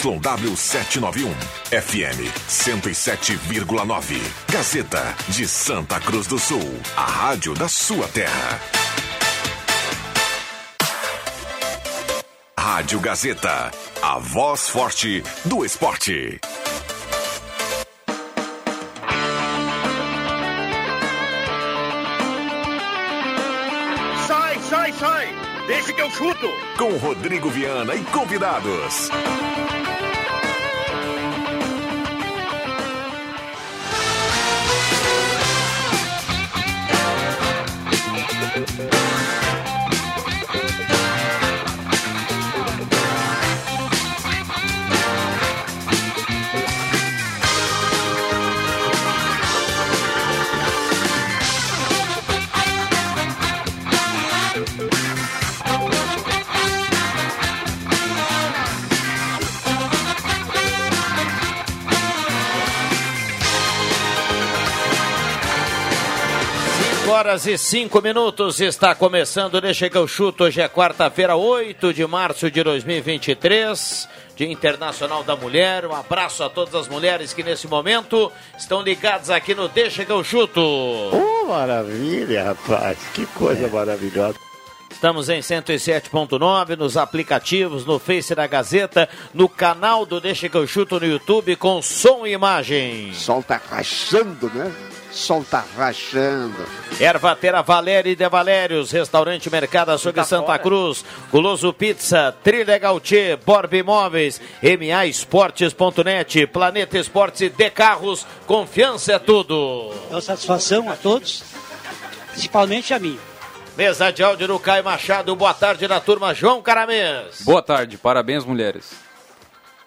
ZYW791, FM 107,9. Gazeta de Santa Cruz do Sul, a rádio da sua terra. Rádio Gazeta, a voz forte do esporte. Sai, sai, sai! Deixa que eu chuto! Com Rodrigo Viana e convidados. horas e cinco minutos está começando, deixa que eu chuto. Hoje é quarta-feira, 8 de março de 2023, Dia Internacional da Mulher. Um abraço a todas as mulheres que nesse momento estão ligadas aqui no Deixa que eu chuto. Oh, maravilha, rapaz, que coisa maravilhosa. Estamos em 107.9 nos aplicativos, no Face da Gazeta, no canal do Deixa que eu chuto no YouTube com som e imagem. Sol tá rachando, né? Sol tá rachando. Ervatera Valéria e De Valérios, Restaurante Mercado Açougue Santa Cruz, Guloso Pizza, Trilha Gautier, Borb Imóveis, MA Esportes.net, Planeta Esportes e De Carros, confiança é tudo. É uma satisfação a todos, principalmente a mim. Mesa de áudio do Caio Machado, boa tarde da turma João Caramês. Boa tarde, parabéns, mulheres.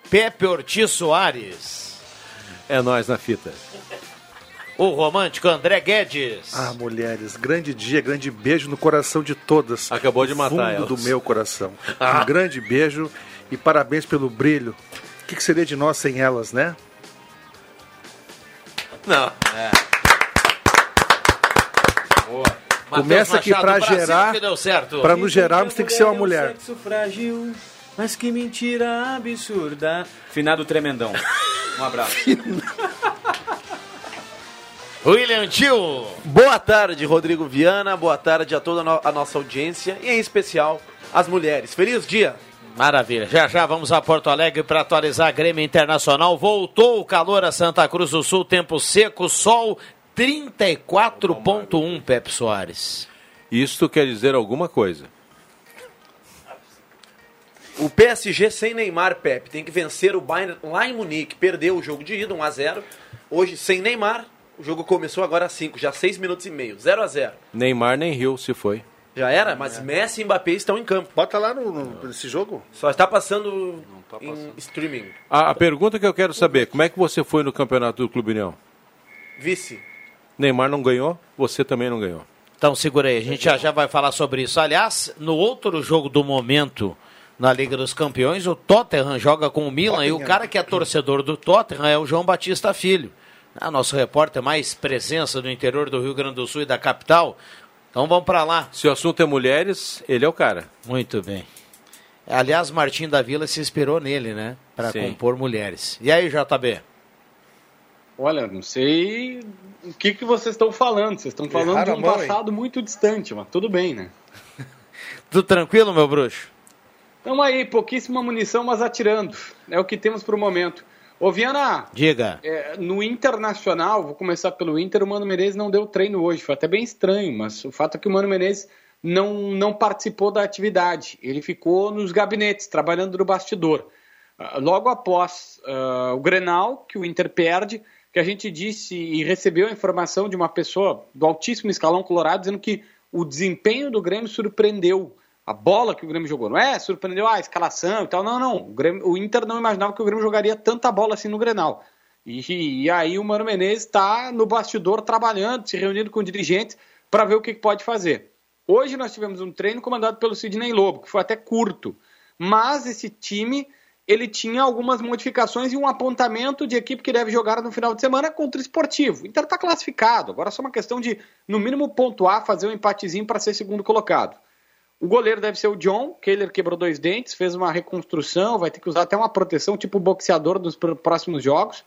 Pepe Ortiz Soares, É nós na fita. o romântico André Guedes. Ah, mulheres, grande dia, grande beijo no coração de todas. Acabou de No matar fundo elas. do meu coração. Ah, Um grande beijo e parabéns pelo brilho. O que, que seria de nós sem elas, né? Não. Matheus começa aqui Machado, pra Brasil gerar- que deu certo. Para nos gerarmos tem que um ser uma mulher. Sexo frágil, mas que mentira absurda. Finado tremendão. Um abraço. William Tio. Boa tarde, Rodrigo Viana. Boa tarde a toda a no- a nossa audiência e em especial as mulheres. Feliz dia! Maravilha. Já já vamos a Porto Alegre para atualizar a Grêmio Internacional. Voltou o calor a Santa Cruz do Sul, tempo seco, sol 34.1, Pepe Soares. Isto quer dizer alguma coisa. O PSG sem Neymar, Pepe, tem que vencer o Bayern lá em Munique. Perdeu o jogo de ida, 1x0. Hoje, sem Neymar, o jogo começou agora às 5, já 6 minutos e meio, 0x0. Neymar nem riu se foi. Já era, mas Messi e Mbappé estão em campo. Tá Bota lá no, no- nesse jogo. Só está Tá passando, tá em streaming. Ah, A, a pergunta que eu quero saber, como é que você foi no campeonato do Clube União? Vice. Neymar não ganhou, você também não ganhou. Então segura aí, a gente já já vai falar sobre isso. Aliás, no outro jogo do momento na Liga dos Campeões, o Tottenham joga com o Milan e o cara que é torcedor do Tottenham é o João Batista Filho. Ah, nosso repórter mais presença do interior do Rio Grande do Sul e da capital. Então vamos para lá. Se o assunto é mulheres, ele é o cara. Muito bem. Aliás, Martim da Vila se inspirou nele, né? Para Sim. compor mulheres. E aí, JB? Olha, não sei o que, que vocês estão falando. Vocês estão falando Erraram de um a mão, hein? passado muito distante, mas tudo bem, né? Tudo tranquilo, meu bruxo? Tamo aí, pouquíssima munição, mas atirando. É o que temos pro momento. Ô, Viana, Diga. é, no Internacional, vou começar pelo Inter, o Mano Menezes não deu treino hoje. Foi até bem estranho, mas o fato é que o Mano Menezes não, não participou da atividade. Ele ficou nos gabinetes, trabalhando no bastidor. Ah, Logo após ah, o Grenal, que o Inter perde, que a gente disse e recebeu a informação de uma pessoa do altíssimo escalão colorado dizendo que o desempenho do Grêmio surpreendeu. A bola que o Grêmio jogou. Não é, surpreendeu a escalação e tal. Não, não. O, Grêmio- o Inter não imaginava que o Grêmio jogaria tanta bola assim no Grenal. E, e aí o Mano Menezes está no bastidor trabalhando, se reunindo com dirigentes para ver o que, que pode fazer. Hoje nós tivemos um treino comandado pelo Sidney Lobo, que foi até curto. Mas esse time ele tinha algumas modificações e um apontamento de equipe que deve jogar no final de semana contra o esportivo. Então, tá O Inter está classificado. Agora é só uma questão de, no mínimo, pontuar, fazer um empatezinho para ser segundo colocado. O goleiro deve ser o John, que ele quebrou dois dentes, fez uma reconstrução, vai ter que usar até uma proteção tipo boxeador nos pr- próximos jogos.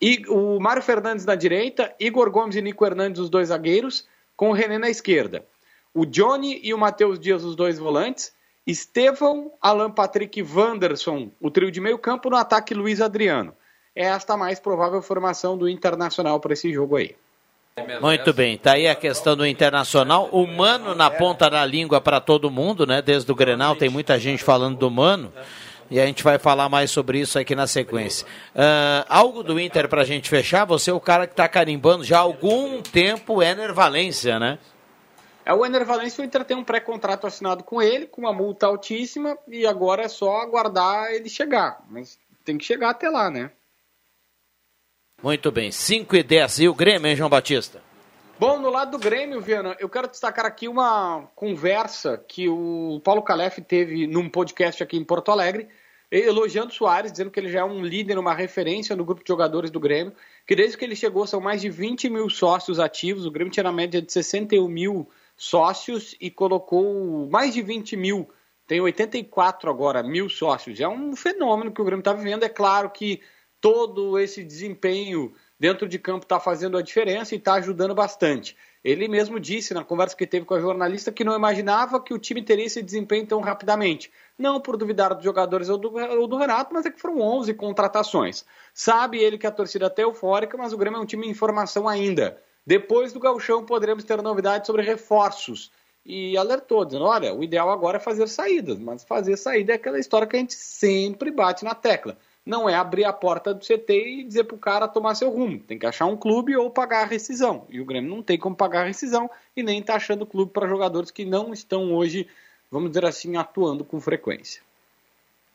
E o Mário Fernandes na direita, Igor Gomes e Nico Hernandes, os dois zagueiros, com o René na esquerda. O Johnny e o Matheus Dias, os dois volantes. Estevão, Alan Patrick e Wanderson, o trio de meio campo, no ataque Luiz Adriano. É esta a mais provável formação do Internacional para esse jogo aí. Muito bem, tá aí a questão do internacional. O Mano na ponta da língua para todo mundo, né? Desde o Grenal tem muita gente falando do Mano. E a gente vai falar mais sobre isso aqui na sequência. Ah, algo do Inter para a gente fechar? Você é o cara que está carimbando já há algum tempo o Ener Valência, né? É o Ener Valencia, o Inter tem um pré-contrato assinado com ele, com uma multa altíssima, e agora é só aguardar ele chegar. Mas tem que chegar até lá, né? Muito bem, 5 e 10. E o Grêmio, hein, João Batista? Bom, no lado do Grêmio, Viana, eu quero destacar aqui uma conversa que o Paulo Calef teve num podcast aqui em Porto Alegre, elogiando Soares, dizendo que ele já é um líder, uma referência no grupo de jogadores do Grêmio, que desde que ele chegou são mais de 20 mil sócios ativos, o Grêmio tinha na média de 61 mil sócios e colocou mais de 20 mil, tem 84 agora, mil sócios. É um fenômeno que o Grêmio está vivendo, é claro que todo esse desempenho dentro de campo está fazendo a diferença e está ajudando bastante. Ele mesmo disse na conversa que teve com a jornalista que não imaginava que o time teria esse desempenho tão rapidamente. Não por duvidar dos jogadores ou do, ou do Renato, mas é que foram 11 contratações. Sabe ele que a torcida está eufórica, mas o Grêmio é um time em formação ainda. Depois do gauchão poderemos ter novidades sobre reforços. E alertou, dizendo, olha, o ideal agora é fazer saídas, mas fazer saída é aquela história que a gente sempre bate na tecla não é abrir a porta do CT e dizer para o cara tomar seu rumo. Tem que achar um clube ou pagar a rescisão. E o Grêmio não tem como pagar a rescisão e nem está achando clube para jogadores que não estão hoje, vamos dizer assim, atuando com frequência.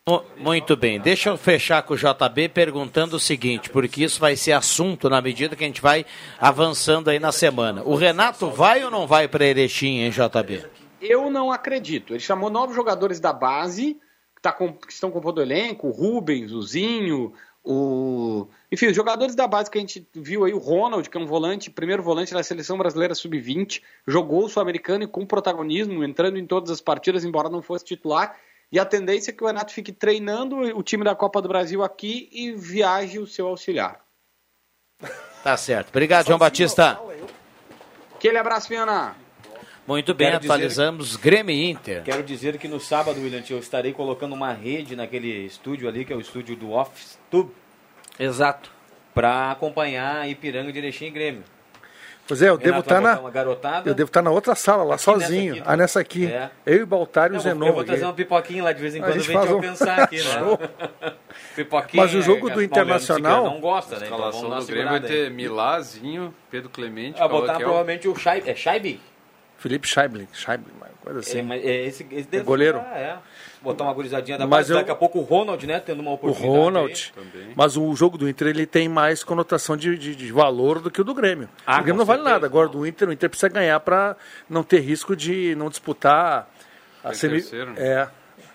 Mu- Muito bem, deixa eu fechar com o JB perguntando o seguinte, porque isso vai ser assunto na medida que a gente vai avançando aí na semana. O Renato vai ou não vai para Erechim, hein, JB? Eu não acredito. Ele chamou nove jogadores da base que, tá com- que estão compondo o elenco, o Rubens, o Zinho, o. Enfim, os jogadores da base que a gente viu aí, o Ronald, que é um volante, primeiro volante da seleção brasileira sub-20, jogou o Sul-Americano e com protagonismo, entrando em todas as partidas, embora não fosse titular. E a tendência é que o Renato fique treinando o time da Copa do Brasil aqui e viaje o seu auxiliar. Tá certo. Obrigado, João Batista. Aquele abraço, Viana! Muito bem, Quero dizer atualizamos Grêmio e Inter. Quero dizer que no sábado, William, eu estarei colocando uma rede naquele estúdio ali, que é o estúdio do Office Tube. Exato. Pra acompanhar Ipiranga, Direchim e Grêmio. Pois é, eu Renato devo vai estar botar na. uma garotada. Eu devo estar na outra sala, lá sozinho. nessa aqui, ah, nessa aqui. É. Eu e o Baltar e o Eu vou- Zenon. eu vou aqui. trazer uma pipoquinha lá de vez em A quando, gente vem te faz um pensar aqui, show. né? pipoquinha. Mas o jogo é, do é, Internacional- Não gosta, A né? Então vamos escalação dar uma do Grêmio vai segurada aí. ter Milazinho, Pedro Clemente, Ah, botar Cavaquel. provavelmente o Shaib. É Shaib? Felipe Scheiblin, Scheiblin, uma coisa assim. É, mas é esse, esse deve goleiro. ficar, é. Botar uma gurizadinha da Mas base. eu- Daqui a pouco o Ronald, né? Tendo uma o oportunidade. Ronald. aí. Mas o jogo do Inter ele tem mais conotação de, de- de valor do que o do Grêmio. Ah, o Grêmio com não vale certeza, nada. Agora do Inter, o Inter precisa ganhar para não ter risco de não disputar a Em semi. terceiro, né? É.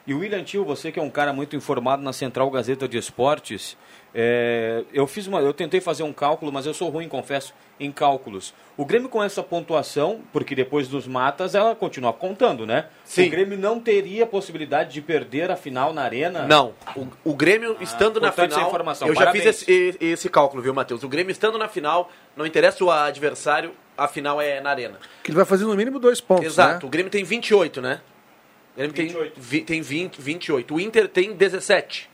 E o William Tio, você que é um cara muito informado na Central Gazeta de Esportes, é, eu fiz uma, eu tentei fazer um cálculo, mas eu sou ruim, confesso, em cálculos. O Grêmio com essa pontuação, porque depois dos matas ela continua contando, né? Sim. O Grêmio não teria possibilidade de perder a final na arena. Não, o, o Grêmio estando na Ah, importante essa final. informação, Eu já parabéns. fiz esse, esse cálculo, viu, Matheus? O Grêmio estando na final, não interessa o adversário, a final é na arena. Que ele vai fazer no mínimo dois pontos. Exato, né? o Grêmio tem 28, né? O Grêmio 28. tem, vi, tem 20, 28. O Inter tem 17,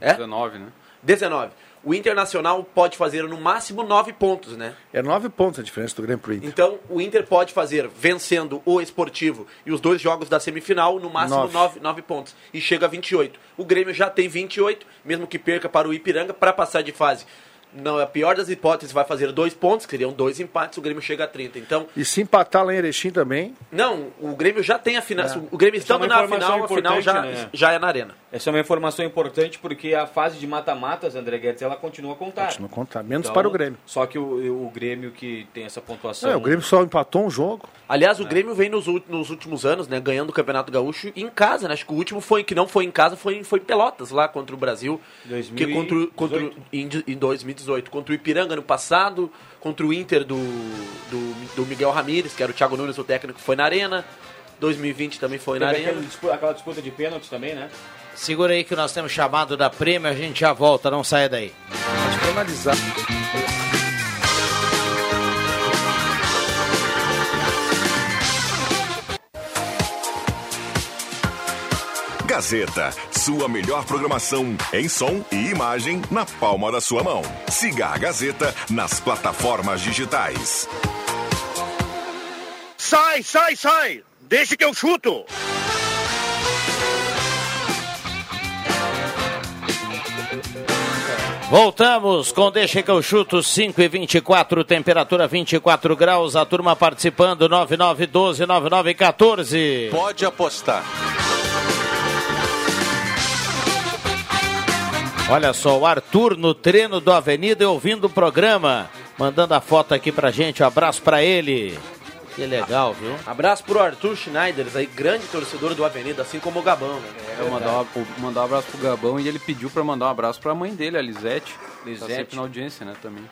É? 19, né? 19. O Internacional pode fazer no máximo 9 pontos, né? É nove pontos a diferença do Grêmio pro Inter. Então, o Inter pode fazer, vencendo o Esportivo e os dois jogos da semifinal, no máximo Nove. 9, pontos. E chega a 28. O Grêmio já tem 28, mesmo que perca para o Ipiranga, para passar de fase. Não, a pior das hipóteses vai fazer dois pontos, que seriam dois empates, o Grêmio chega a 30. Então, E se empatar lá em Erechim também, não, o Grêmio já tem a final. O Grêmio Isso é uma estando na informação final, a final importante, já, né? já é na arena. Essa é uma informação importante porque a fase de mata-matas, André Guedes, ela continua contada. não contar. Menos Então, para o Grêmio. Só que o, o Grêmio que tem essa pontuação. É, o Grêmio só empatou um jogo. Aliás, o É. Grêmio vem nos, ult- nos últimos anos, né, ganhando o Campeonato Gaúcho em casa, né? Acho que o último foi que não foi em casa, foi, em- foi em Pelotas lá contra o Brasil, que contra, o- contra o- em, de- em 2018, contra o Ipiranga no passado, contra o Inter do, do, do Miguel Ramírez, que era o Thiago Nunes o técnico, foi na Arena. 2020 também foi na é Teve Arena. aquele dispu- aquela disputa de pênaltis também, né? Segura aí que nós temos chamado da prêmio, a gente já volta, não saia daí. Pra analisar. Gazeta, sua melhor programação em som e imagem na palma da sua mão. Siga a Gazeta nas plataformas digitais. Sai, sai, sai! Deixa que eu chuto! Voltamos com Deixa que eu chuto 5 e 24, temperatura 24 graus, a turma participando 9912 9914. Pode apostar. Olha só, o Arthur no treino do Avenida e ouvindo o programa, mandando a foto aqui pra gente, um abraço pra ele. Que legal, viu? Abraço pro Arthur Schneiders, aí, grande torcedor do Avenida, assim como o Gabão, né? É. Eu mandar, uma- pro- mandar um abraço pro Gabão e ele pediu pra mandar um abraço pra mãe dele, a Lisete. Tá Lisete. sempre na audiência, né, também.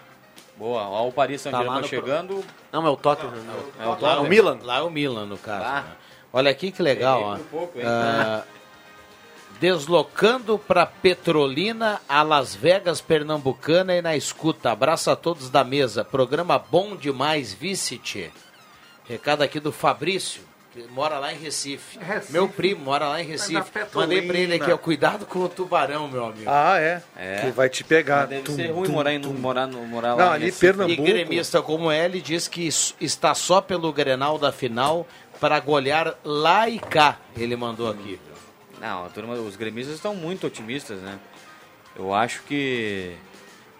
Boa, ó, o Paris Saint-Germain chegando. Não, é o Tottenham. né? É o Lá Tottenham. é o Milan. Lá é o Milan, no caso. Ah. né? Olha aqui que legal, Errei ó. por pouco, hein? Ah, deslocando para Petrolina, a Las Vegas, Pernambucana e na escuta. Abraço a todos da mesa. Programa bom demais, vice-te. Recado aqui do Fabrício, que mora lá em Recife. Meu primo mora lá em Recife. Mandei pra ele aqui, ó, cuidado com o tubarão, meu amigo. Ah, é. Que vai te pegar. Mas Deve Tum, ser ruim tum, morar, em, tum. morar, no, morar Não, lá. né? assim. em ali Recife. E Pernambuco. gremista como é, ele diz que s- está só pelo Grenal da final para golear lá e cá, ele mandou aqui. Não, a turma- os gremistas estão muito otimistas, né? Eu acho que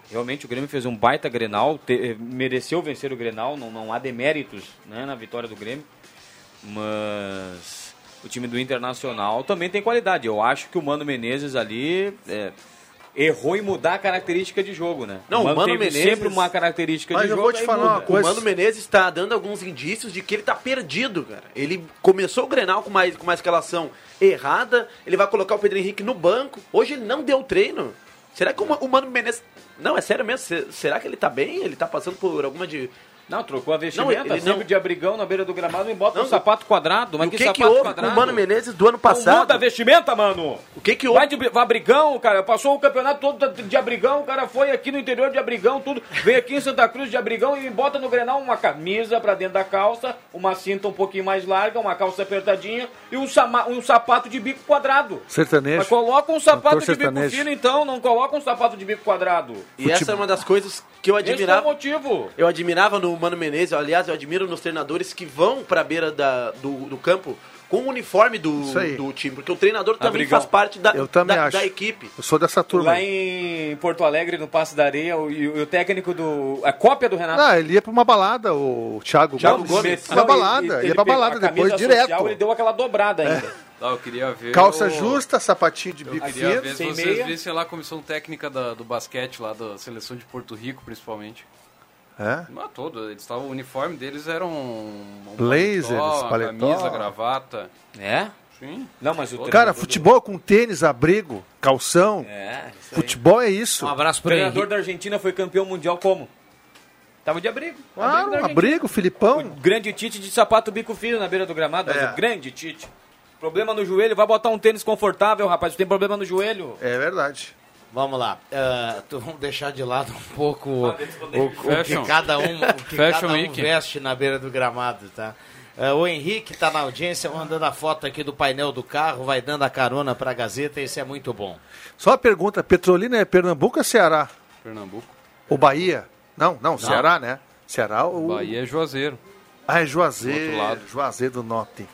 realmente o Grêmio fez um baita Grenal, te- eh, mereceu vencer o Grenal, não, não há deméritos né, na vitória do Grêmio, mas o time do Internacional também tem qualidade. Eu acho que o Mano Menezes ali eh, errou em mudar a característica de jogo, né? Não, o Mano teve Menezes- sempre uma característica Mas de eu jogo. vou te aí falar uma muda. coisa. O Mano Menezes está dando alguns indícios de que ele tá perdido, cara. Ele começou o Grenal com mais com uma escalação errada, ele vai colocar o Pedro Henrique no banco. Hoje ele não deu treino. Será que o Ma- o Mano Menezes... Não, é sério mesmo, se- será que ele tá bem? Ele tá passando por alguma de... Não, trocou a vestimenta, Não, ele cinco não- de abrigão na beira do gramado e bota Não, um sapato quadrado. Mas o que, que, sapato houve quadrado? com o Mano Menezes do ano Não muda a passado? vestimenta, mano. O que que houve? Vai de vai abrigão, cara. Passou o campeonato todo de abrigão, o cara foi aqui no interior de abrigão, tudo. Veio aqui em Santa Cruz de abrigão e bota no Grenal uma camisa pra dentro da calça, uma cinta um pouquinho mais larga, uma calça apertadinha e um, sama- um sapato de bico quadrado. Sertanejo. Mas coloca um sapato Cantor de bico sertanejo. fino, então, não coloca um sapato de bico quadrado. E essa é uma das coisas que eu Esse é o admirava... motivo. Eu admirava no Mano Menezes, aliás, eu admiro nos treinadores que vão pra beira da- do, do campo com o uniforme do, Isso aí. do time, porque o treinador também Abrigão. faz parte da, Eu também da, acho. da equipe. Eu sou dessa turma. Lá aí. em Porto Alegre, no Passo da Areia, o, e o- e o técnico do. A cópia do Renato. Ah, ele ia pra uma balada, o Thiago, Thiago Gomes. Gomes. Pra balada, ia pra pegou balada a camisa depois social, Ele direto. É. deu aquela dobrada ainda. Tá, eu queria ver. Calça o- justa, sapatinho de bico Eu queria fino. ver se sem vocês meia. vissem lá a comissão técnica da- do basquete lá da seleção de Porto Rico, principalmente. É? Não, todo. Eles estavam, o uniforme deles era um. um Blazers, paletó, paletó. Camisa, gravata. É? Sim. Não, mas o Cara, treinador- futebol com tênis, abrigo, calção. É, isso aí. Futebol é isso. Um abraço O pro treinador Henrique. da Argentina foi campeão mundial como? Tava de abrigo. Claro, da Argentina. Ah, um abrigo, Filipão. O grande Tite de sapato bico fino na beira do gramado, mas É. o grande Tite. Problema no joelho, vai botar um tênis confortável, rapaz. Tu tem problema no joelho? É verdade. Vamos lá. Ah, tu- vamos deixar de lado um pouco o, o- o que Fashion. cada um, o que Fashion cada um Week. veste na beira do gramado, tá? Ah, o Henrique tá na audiência, mandando a foto aqui do painel do carro, vai dando a carona pra Gazeta, isso é muito bom. Só uma pergunta: Petrolina é Pernambuco ou Ceará? Pernambuco. Ou Bahia? Não, não, Ceará, né? Ceará ou. Bahia é Juazeiro. Ah, é Juazeiro. Outro lado. Juazeiro do Norte.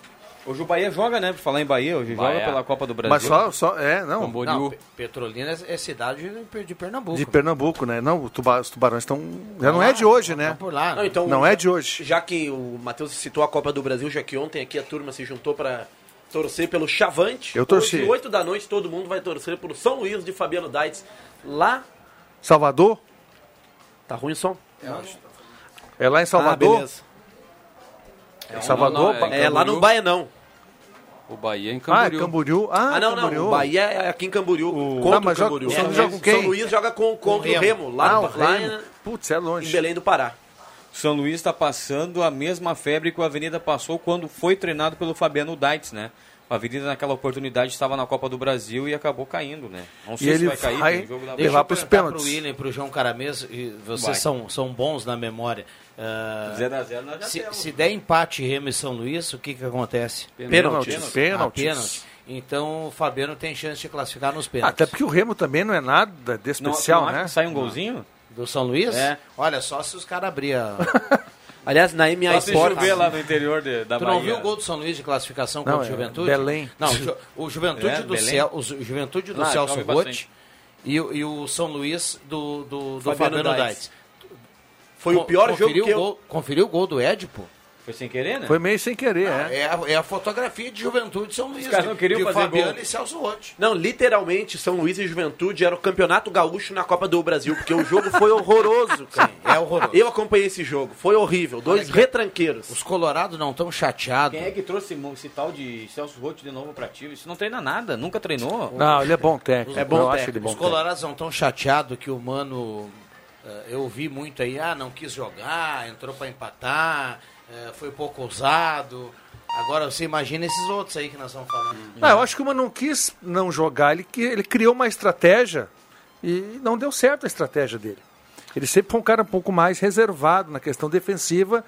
Hoje o Bahia joga, né? Pra falar em Bahia, hoje Bahia. joga pela Copa do Brasil. Mas só, só. É, não. Não, Camboriú. Pe- Petrolina é é cidade de- de Pernambuco. De Pernambuco, né? Não, o tuba- os tubarões estão. Já não é de hoje, né? Tá por lá. Não, então, Não é de hoje. Já que o Matheus citou a Copa do Brasil, já que ontem aqui a turma se juntou pra torcer pelo Chavante. Eu torci. Hoje, 8 da noite, todo mundo vai torcer pro São Luís de Fabiano Daitz. Lá, Salvador? tá ruim o som? Ah, É lá em Salvador? Em Salvador? Não, não, É, lá no Camboriú. Baia não. O Bahia em Ah, é Camboriú. Camboriú. Ah, Ah, não, Camboriú. não. O Bahia é aqui em Camboriú. Contra Ah, mas o joga- Camboriú. o São Luís É, joga com quem? São Luís joga com, contra o Remo. Remo, lá, Ah, no, o lá Remo. em- Putz, é em longe. Belém do Pará. São Luís está passando a mesma febre que o Avenida passou quando foi treinado pelo Fabiano Dites, né? O Avenida naquela oportunidade estava na Copa do Brasil e acabou caindo, né? Não sei E se ele vai cair vai tem jogo da né? Deixa eu volta. perguntar pro William e pro João Caramês, e Vai. vocês são, são bons na memória. Ah, Zero a zero nós já se, temos. se der empate Remo e São Luís, o que que acontece? Pênaltis. Ah, Pênaltis. pênalti. Então o Fabiano tem chance de classificar nos pênaltis. Até porque o Remo também não é nada de especial, né? um Ah. Do São Luís? É. Olha, só se os caras abriam. Aliás, na MA Só se Sports. chover lá no interior de- da tu não Bahia. viu o gol do São Luís de classificação Não, contra o é Juventude? Belém. Não, o Ju- o Juventude É, do Belém? Cel, o Ju- Juventude do Lá, Celso chove Rotti bastante. e, o- e o São Luís do, do, do Fabiano Fabiano Dais. Dais. Foi o pior jogo conferiu que o eu- gol, Conferiu o gol do Édipo? Foi sem querer, né? Foi meio sem querer, é. É a, é a fotografia de Juventude de São Luís. caras não né? queriam de fazer Fabiano gol. e Celso Rotti. Não, literalmente, São Luís e Juventude era o campeonato gaúcho na Copa do Brasil, porque o jogo foi horroroso, cara. É horroroso. Ah, Eu acompanhei esse jogo, foi horrível. Dois retranqueiros. Os Colorados não estão chateados. Quem é que trouxe mo- esse tal de Celso Rotti de novo pra ti? Isso não treina nada, nunca treinou. Não, ele é bom técnico. É bom eu acho técnico. ele bom Os colorados não tão chateados que o Mano... eh, Eu vi muito aí, ah, não quis jogar, entrou pra empatar, eh, foi pouco ousado. Agora você imagina esses outros aí que nós estamos falando. Hum. Não, eu acho que o Mano não quis não jogar, ele, que- ele criou uma estratégia e não deu certo a estratégia dele. Ele sempre foi um cara um pouco mais reservado na questão defensiva,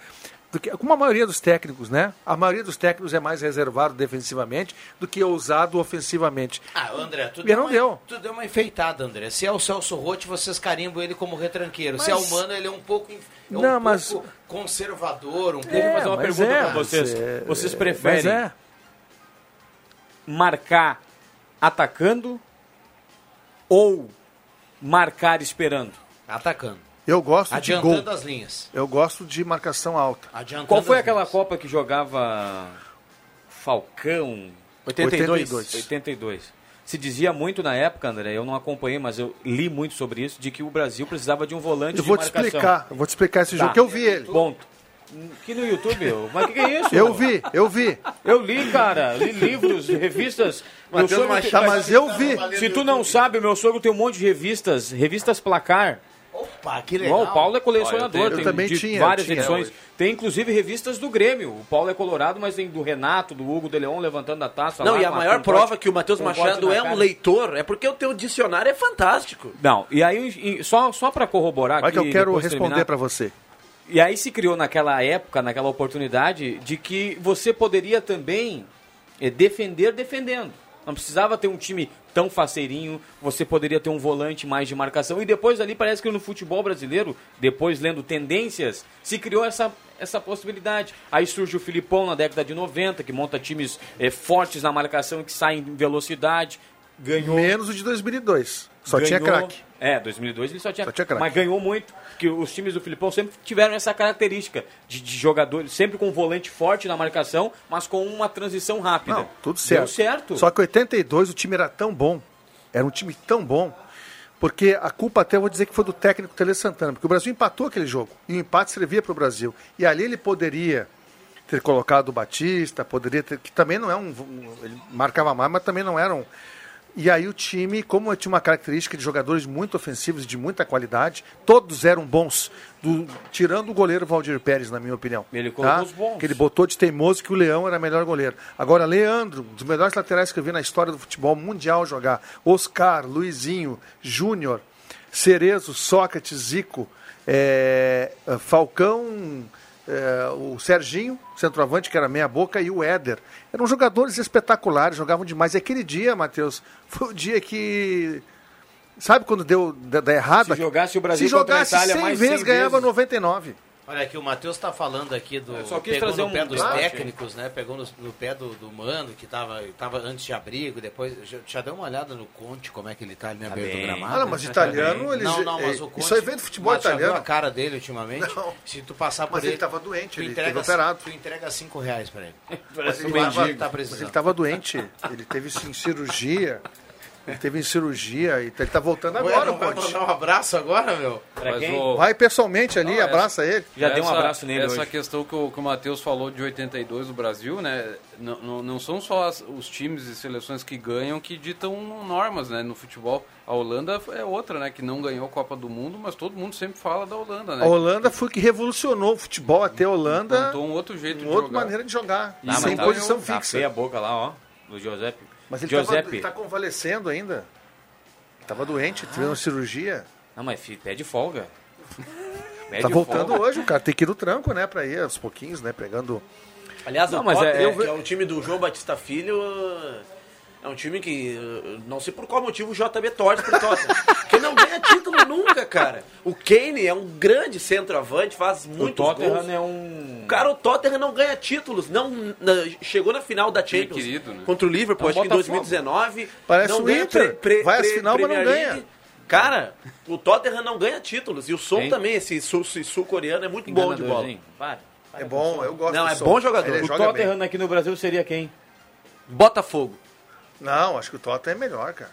do que, como a maioria dos técnicos, né? A maioria dos técnicos é mais reservado defensivamente do que ousado ofensivamente. Ah, André, tu E deu, não uma, deu. tu deu uma enfeitada, André. Se é o Celso Rotti, vocês carimbam ele como retranqueiro. Se é o Mas- Mano, ele é um pouco, inf- é um Não, mas- pouco conservador, um pouco... Deixa eu fazer uma mas pergunta é, pra vocês. mas é- vocês é- preferem mas é. marcar atacando ou marcar esperando? Atacando. Eu gosto Adiantando de gol. as linhas. Eu gosto de marcação alta. Adiantando Qual foi aquela Copa que jogava Falcão? 82. 82. Se dizia muito na época, André, eu não acompanhei, mas eu li muito sobre isso, de que o Brasil precisava de um volante Eu vou de te marcação. explicar, eu vou te explicar esse Tá. jogo que eu vi ele. Ponto. Que no YouTube, eu- mas o que, que é isso? Eu meu? vi, eu vi. Tá, Eu li, cara, li livros, revistas. Mateus Meu sogro Machado, tem- mas eu vi. Se tu não sabe, meu sogro tem um monte de revistas, revistas placar. Opa, que Ó, o Paulo é Olha, eu colecionador, tenho- tem eu também de tinha, várias eu tinha edições. hoje. Tem inclusive revistas do Grêmio. O Paulo é colorado, mas tem do Renato, do Hugo, do Leão levantando a taça. Não, tá lá, e a com maior com prova bote- que o Matheus com bote Machado na é um cara. leitor é porque o teu dicionário é fantástico. Não, e aí, e só, só para corroborar Vai que eu aqui, quero depois responder terminar. pra você. E aí se criou naquela época, naquela oportunidade, de que você poderia também eh, defender defendendo. Não precisava ter um time tão faceirinho, você poderia ter um volante mais de marcação. E depois ali parece que no futebol brasileiro, depois lendo tendências, se criou essa, essa possibilidade. Aí surge o Filipão na década de 90, que monta times eh, fortes na marcação e que saem em velocidade. Ganhou. Menos o de 2002. Só tinha Ganhou- craque. É, 2002 ele só tinha, Só tinha craque. Mas ganhou muito, porque os times do Filipão sempre tiveram essa característica de, de jogadores, sempre com um volante forte na marcação, mas com uma transição rápida. Não, tudo certo. Deu certo. Só que 82 o time era tão bom, era um time tão bom, porque a culpa até eu vou dizer que foi do técnico Tele Santana, porque o Brasil empatou aquele jogo e o empate servia para o Brasil. E ali ele poderia ter colocado o Batista, poderia ter que também não é um, um- ele marcava mais, mas também não era um e aí o time, como tinha uma característica de jogadores muito ofensivos, de muita qualidade, todos eram bons, do- tirando o goleiro Valdir Pérez, na minha opinião. tá? Ele colocou os bons. Que ele botou de teimoso que o Leão era melhor goleiro. Agora, Leandro, um dos melhores laterais que eu vi na história do futebol mundial jogar. Oscar, Luizinho, Júnior, Cerezo, Sócrates, Zico, eh, Falcão, eh, o Serginho, centroavante, que era meia boca, e o Éder. Eram jogadores espetaculares, jogavam demais. E aquele dia, Matheus, foi o dia que... Sabe quando deu da, da errada? Se jogasse o Brasil Se contra a jogasse Itália 100 mais vezes, 100 ganhava vezes. 99. Olha aqui, o Matheus está falando aqui do. só quis pegou trazer no um pé dos debate, técnicos, né? Pegou no, no pé do, do Mano, que estava tava antes de abrigo, depois. Já, já deu uma olhada no Conte, como é que ele tá ali na beira do bem. gramado. Ah, não, mas italiano, Tá bem. ele- Não, não, mas o eh, Conte. isso aí vem do futebol mas já viu italiano. a cara dele ultimamente. Não. Se tu passar por Mas ele. ele tava doente, tu ele entrega, teve operado. Tu entrega 5 reais pra ele. Mas Tu ele um vai lá, estava tá mas ele precisando. tava doente, ele teve sim cirurgia. Ele teve em cirurgia e tá- ele tá voltando Ué, agora, não vai Ponte. mandar um abraço agora, meu? Pra quem? o- Vai pessoalmente ali, é Não, assim. abraça essa- ele. um essa- Essa questão que o, que o Matheus falou de 82 do Brasil, né? Não, não, não são só as- os times e seleções que ganham que ditam normas, né? No futebol. A Holanda é outra, né? Que não ganhou a Copa do Mundo, mas todo mundo sempre fala da Holanda, né? A Holanda foi que revolucionou o futebol até a Holanda. Inventou um outro jeito de uma outra jogar. maneira de Ah, jogar. Não, sem mas tá- posição tá fixa. Feia a boca lá, ó, do Giuseppe. Mas ele tava- Giuseppe. ele tá convalescendo ainda. Ele tava doente, teve Ah. uma cirurgia. Não, mas fi- pede folga. Pede tá voltando folga. hoje, o cara tem que ir no tranco, né? Pra ir aos pouquinhos, né? Pegando. Aliás, Não, o mas Potter, é- que é o time do João Batista Filho, é um time que, eh, não sei por qual motivo, o JB torce pro Tottenham. Porque não ganha título nunca, cara. O Kane é um grande centroavante, faz O muitos Tottenham gols. é um... Cara, o Tottenham não ganha títulos. Não, na- chegou na final da Champions querido, né? contra o Liverpool, É um acho que em Botafogo. 2019. Parece não o ganha Inter. Vai às final, mas não Premier ganha. League. Cara, o Tottenham não ganha títulos. E o Son Hein? também, esse sul- esse sul-coreano, é muito bom de bola. Enganadorzinho. Para. É bom, eu gosto Não, do é Son. bom jogador. Ele O joga bem. Tottenham é aqui no Brasil seria quem? Botafogo. Não, acho que o Tottenham é melhor, cara.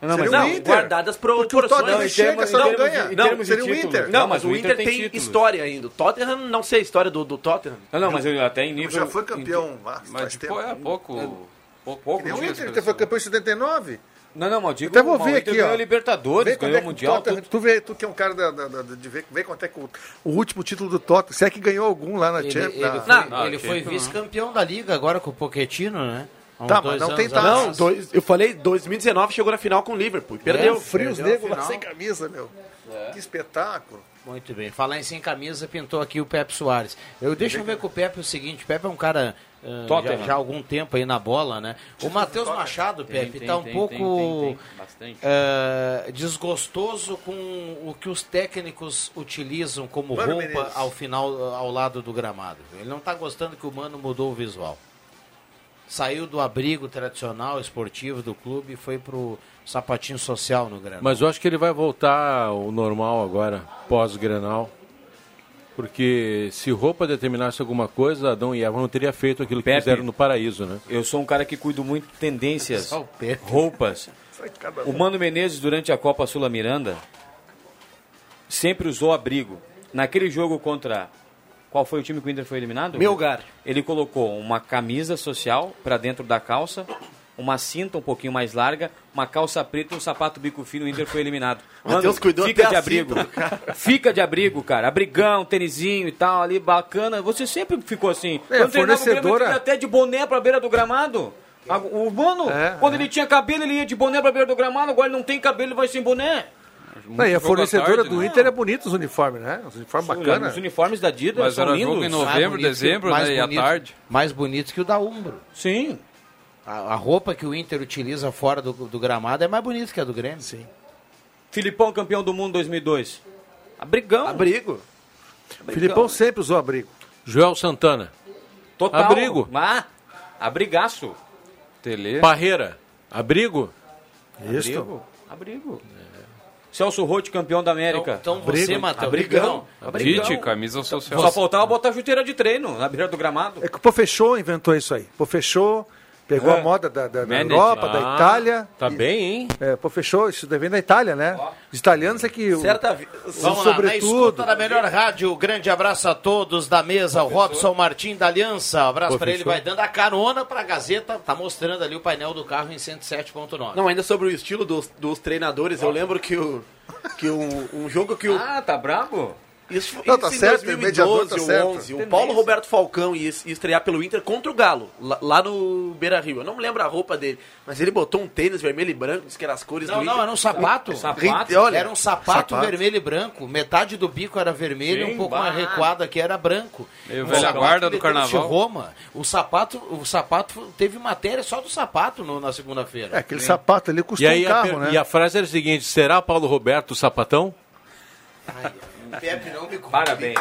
Não, Seria mas não, o Inter. guardadas pro- Porque o Tottenham proporções. não Em chega, termos- só em não termos ganha. de- em Não, termos seria de o títulos. Inter. Não, mas o Inter tem história ainda. O Tottenham, não sei a história do, do Tottenham. Não, não, mas ele até em nível... Já foi campeão há Então, Mas faz de tempo. po- é pouco... Pouco, Que nem o diga a Inter, ele expressão. foi campeão em 79. Não, não, mas eu digo, Até vou mas ver o Inter aqui, ó. ganhou a Libertadores, Vê quando ganhou é que o Mundial, Tottenham- tudo. tu, vê, tu que é um cara da, da- da- de ver, vê quanto é que o, o último título do Tottenham, se é que ganhou algum lá na Ele, Champions. ele na- foi, na- ele foi vice-campeão da Liga agora com o Pochettino, né? Há uns Tá, mas dois não anos tem taça. atrás. Não, dois, eu falei 2019 chegou na final com o Liverpool. e Perdeu. É, frio os Perdeu a negros lá final. sem camisa, meu. É. Que espetáculo. Muito bem. Falar em sem camisa, pintou aqui o Pepe Soares. Eu deixa eu ver com o Pepe o seguinte, o Pepe é um cara ah, já, Tottenham. já há algum tempo aí na bola, né? O Matheus Machado, Tem, Pepe, tem, tá um tem, pouco tem, tem, tem. Bastante. ah, desgostoso com o que os técnicos utilizam como Mano roupa Menezes. ao final ao lado do gramado. Ele não tá gostando que o Mano mudou o visual. Saiu do abrigo tradicional esportivo do clube e foi pro sapatinho social no gramado. Mas eu acho que ele vai voltar ao normal agora, pós-Grenal. Porque se roupa determinasse alguma coisa, Adão e Eva não teria feito aquilo que Pepe. fizeram no paraíso, né? Eu sou um cara que cuido muito de tendências, Só o Pepe. roupas. Sai de cada O um. Mano Menezes, durante a Copa Sula Miranda, sempre usou abrigo. Naquele jogo contra. Qual foi o time que o Inter foi eliminado? Melgar. Ele colocou uma camisa social para dentro da calça, uma cinta um pouquinho mais larga, uma calça preta e um sapato bico fino. O Inter foi eliminado. Mano, Matheus cuidou fica até de a abrigo. fica de abrigo, cara. Abrigão, tênisinho e tal, ali bacana. Você sempre ficou assim. É, Quando treinava o Grêmio, fornecedora. ele ia até de boné pra beira do gramado. A- O Mano, É, quando é. ele tinha cabelo, ele ia de boné pra beira do gramado, agora ele não tem cabelo, ele vai sem boné. Não, e a jogo à fornecedora tarde, do né? Inter é bonito os uniformes, né? Os uniformes bacanas. Os uniformes da Adidas Mas são era lindos. jogo em Mais novembro, bonito que- dezembro, mais né? E à bonito- tarde. Mais bonito que o da Umbro. Sim. A, a roupa que o Inter utiliza fora do, do gramado é mais bonita que a do Grêmio. Sim. Filipão campeão do mundo 2002. Abrigão. Abrigo. Filipão sempre usou abrigo. Joel Santana, Total. Abrigo. Ah, abrigaço. Tele. Parreira, abrigo? Isso. Abrigo. É. Celso Rotti campeão da América. Então, então você, Abrigo. Matheus. Abrigão. Abrigão. Tite, camisa social. Só faltava botar chuteira de treino na beira do gramado. É que o Pofechô inventou isso aí. Pofechô pegou É. a moda da, da- da Manage. Europa, da Ah, Itália. Tá E- bem, hein? É, Pofechô, isso daí vem da Itália, né? Os italianos é que... o- Certa vi- Vamos lá, na escuta sobretudo. da melhor rádio, um grande abraço a todos da mesa, o Robson Martim da Aliança, Um abraço pra ele, vai dando a carona pra Gazeta, tá mostrando ali o painel do carro em 107.9. Não, ainda sobre o estilo dos, dos treinadores, eu lembro que, o, que um, um jogo que o. Ah, tá brabo? Isso, Não, isso tá em certo, o 2012 mediador tá ou certo. 11, o Paulo Roberto Falcão ia es- ia estrear pelo Inter contra o Galo, lá, lá no Beira Rio. Eu não lembro a roupa dele, mas ele botou um tênis vermelho e branco, disse que eram as cores Não, do não, Inter. era um sapato. Sapato? Olha, era um sapato, sapato. vermelho e branco. Metade do bico era vermelho, um pouco mais recuado aqui era branco. Meio Um velha sapato guarda que do ele trouxe carnaval. Roma. O sapato, o sapato teve matéria só do sapato no- na segunda-feira. É, aquele sapato ali E custou aí um a, carro, per- né? e a frase é era a seguinte: será Paulo Roberto o sapatão? Pepe, não me Parabéns.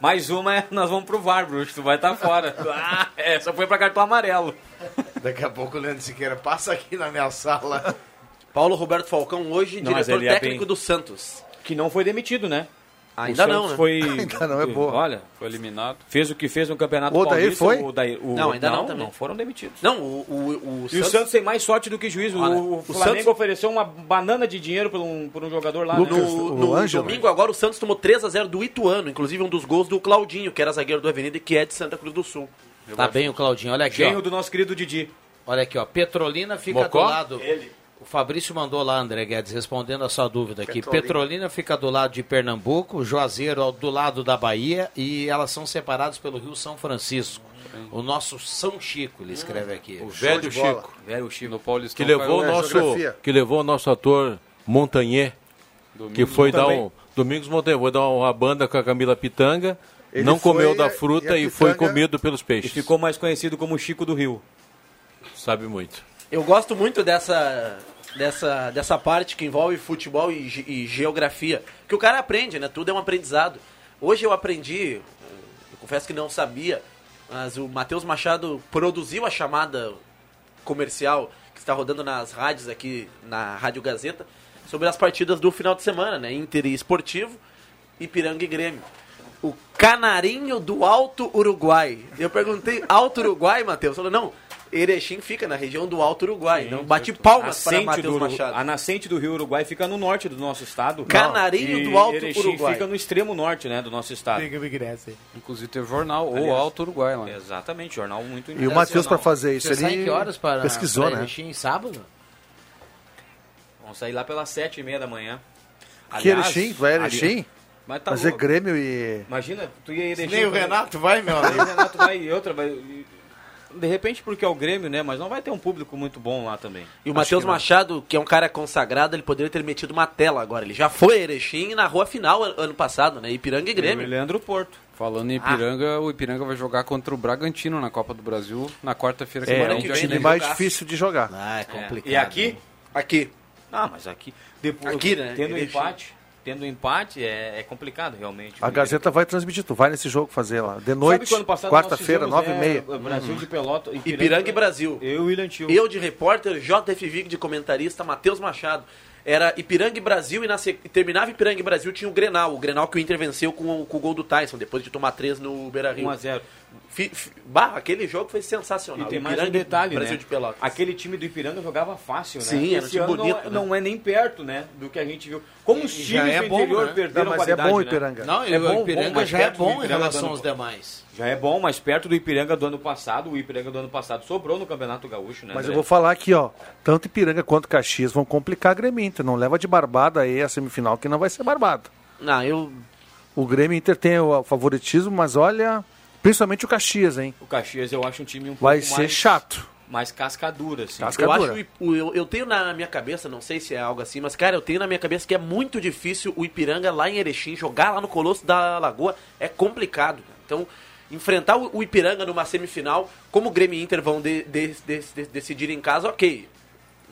Mais uma, é- nós vamos pro VAR, Bruxo. Tu vai estar fora. Ah, essa foi pra cartão amarelo. Daqui a pouco o Leandro Siqueira passa aqui na minha sala. Paulo Roberto Falcão, hoje Não, mas diretor ele é técnico bem- do Santos. Que não foi demitido, né? Ainda o não, Santos né? foi. Ainda não, é boa. Olha, foi eliminado. Fez o que fez no Campeonato O Odair Paulista. foi? O Odair- o- Não, ainda não também. Não foram demitidos. Não, o, o, o E o Santos tem mais sorte do que juízo. Olha, o, o Flamengo Santos- ofereceu uma banana de dinheiro por um, por um jogador lá. né? no no domingo agora o Santos tomou 3 a 0 do Ituano, inclusive um dos gols do Claudinho, que era zagueiro do Avenida e que é de Santa Cruz do Sul. Tá bem o Claudinho, olha aqui. Genro ó. do nosso querido Didi. Olha aqui, ó. Petrolina fica Mocó? do lado. O Fabrício mandou lá, André Guedes, respondendo a sua dúvida aqui. Petrolina. Petrolina. fica do lado de Pernambuco, Juazeiro ao- do lado da Bahia e elas são separadas pelo Rio São Francisco. Hum. O nosso São Chico, ele escreve aqui. O velho Chico. Velho Chico. É, No Paulistão. Que levou, o caiu- nosso, que levou o nosso ator Montanier, que Domingos foi dar também. um. Domingos Montanier, foi dar uma banda com a Camila Pitanga, Ele não comeu foi da e- fruta e a e, foi pitanga- comido pelos E peixes. ficou mais conhecido como Chico do Rio. Sabe muito. Eu gosto muito dessa, dessa, dessa parte que envolve futebol e, ge- e geografia. Que o cara aprende, né? Tudo é um aprendizado. Hoje eu aprendi, eu confesso que não sabia, mas o Matheus Machado produziu a chamada comercial que está rodando nas rádios aqui, na Rádio Gazeta, sobre as partidas do final de semana, né? Inter e Esportivo, Ipiranga e Grêmio. O Canarinho do Alto Uruguai. Eu perguntei, Alto Uruguai, Matheus? Falou, não, Erechim fica na região do Alto Uruguai. então bate palmas para Nascente do Matheus Uru- Machado. A nascente do Rio Uruguai fica no norte do nosso estado. Canarinho E do Alto Erechim Uruguai. fica no extremo norte, né, do nosso estado. Inclusive teve jornal, ou Aliás. Alto Uruguai, É. mano. Exatamente, jornal muito E o Matheus, para fazer isso, Você sai ele que horas para- pesquisou, para né? Erechim, sábado? Vamos sair lá pelas sete e meia da manhã. que Aliás, Erechim? Vai ali- Erechim? Mas tá Mas é louco. Grêmio e... Imagina, tu ia Erechim... Nem o Renato vai, meu Nem amigo. o Renato vai e outra vai... e- De repente porque é o Grêmio, né? Mas não vai ter um público muito bom lá também. E o Acho Matheus que não. Machado, que é um cara consagrado, ele poderia ter metido uma tela agora. Ele já foi a Erechim na rua final an- ano passado, né? Ipiranga e Grêmio. Leandro Porto. Falando Ah. em Ipiranga, o Ipiranga vai jogar contra o Bragantino na Copa do Brasil na quarta-feira É, vem. um Dia time dele. mais difícil de jogar. Ah, é E aqui? Aqui. Ah, mas aqui... Depois, Aqui, né? Tendo um Erechim. empate, tendo um empate é, é complicado realmente. A Gazeta vai transmitir, tu vai nesse jogo fazer lá. De noite, quando passado quarta-feira, nós nove fizemos, e meia. Hum. é, Brasil de Pelota, Ipiranga- Ipiranga e Brasil. Eu e William Tio. Eu de repórter, JF Vig de comentarista, Matheus Machado. Era Ipiranga e Brasil e na se- e terminava Ipiranga e Brasil tinha o Grenal. O Grenal que o Inter venceu com o, com o gol do Tyson, depois de tomar três no Beira-Rio. 1 a 0. Fi- fi- Bah, aquele jogo foi E sensacional. tem mais um Ipiranga e detalhe, Brasil né? de Pelotas. Aquele time do Ipiranga jogava fácil, né? Sim, era um Esse time ano não bonito, é- né? Não, é nem perto, né, do que a gente viu. Como os E times já é do bom, interior né? perderam Não, mas é qualidade, bom o né? Ipiranga. Não, e É o bom, Ipiranga bom, mas já é perto do bom em Ipiranga do relação ano- aos demais. Já é bom, mas perto do Ipiranga do ano passado, o Ipiranga do ano passado sobrou no Campeonato Gaúcho, né? Mas eu André? vou falar aqui, ó. Tanto Ipiranga quanto Caxias vão complicar a Grêmio e Inter. Não leva de barbada aí a semifinal, que não vai ser barbada. Não, eu. O Grêmio e Inter tem o favoritismo, mas olha, principalmente o Caxias, hein? O Caxias eu acho um time um pouco Vai ser mais, chato. mais cascadura, assim. Casca- Eu Cadura. acho o Ip- o- eu, eu tenho na minha cabeça, não sei se é algo assim, mas cara, eu tenho na minha cabeça que é muito difícil o Ipiranga lá em Erechim jogar lá no Colosso da Lagoa é complicado. cara. Então, enfrentar o, o Ipiranga numa semifinal, como o Grêmio e Inter vão de- de- de- de- decidir em casa, OK.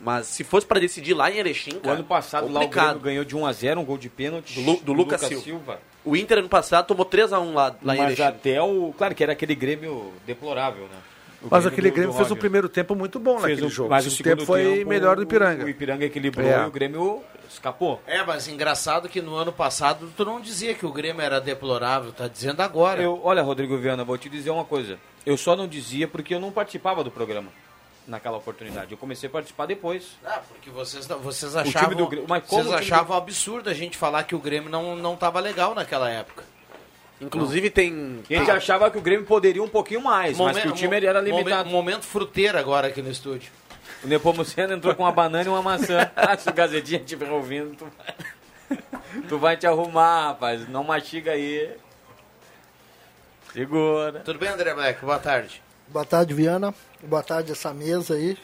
Mas se fosse pra decidir lá em Erechim, O cara, ano passado lá o Grêmio complicado. ganhou de 1 a 0 um gol de pênalti Do Lu- do Lucas Silva. O Inter ano passado tomou 3 a 1 lá, lá em Mas Erechim. até o. Claro que era aquele Grêmio deplorável, né? O Mas aquele do- do Grêmio fez um Roger. primeiro tempo muito bom Fez naquele um- jogo. Mas mas o o segundo tempo foi tempo, melhor do Ipiranga. O Ipiranga equilibrou É. e o Grêmio escapou. É, mas engraçado que no ano passado tu não dizia que o Grêmio era deplorável, tá dizendo É. agora. Eu, olha, Rodrigo Viana, vou te dizer uma coisa. Eu só não dizia porque eu não participava do programa naquela oportunidade. Eu comecei a participar depois. Ah, porque vocês, não- vocês time achavam, do Grêmio- mas como vocês o time do- achavam absurdo a gente falar que o Grêmio não, não tava legal naquela época. Inclusive tem A Tá. gente achava que o Grêmio poderia um pouquinho mais, mas Momen- que o time ele era momen- limitado. Momento fruteiro agora aqui no estúdio. O Nepomuceno entrou com uma banana e uma maçã. Ah, se o Gazetinha estiver ouvindo, tu vai, tu vai te arrumar, rapaz. Não mastiga aí. Segura. Tudo bem, André Black? Boa tarde. Boa tarde, Viana. Boa tarde, essa mesa aí.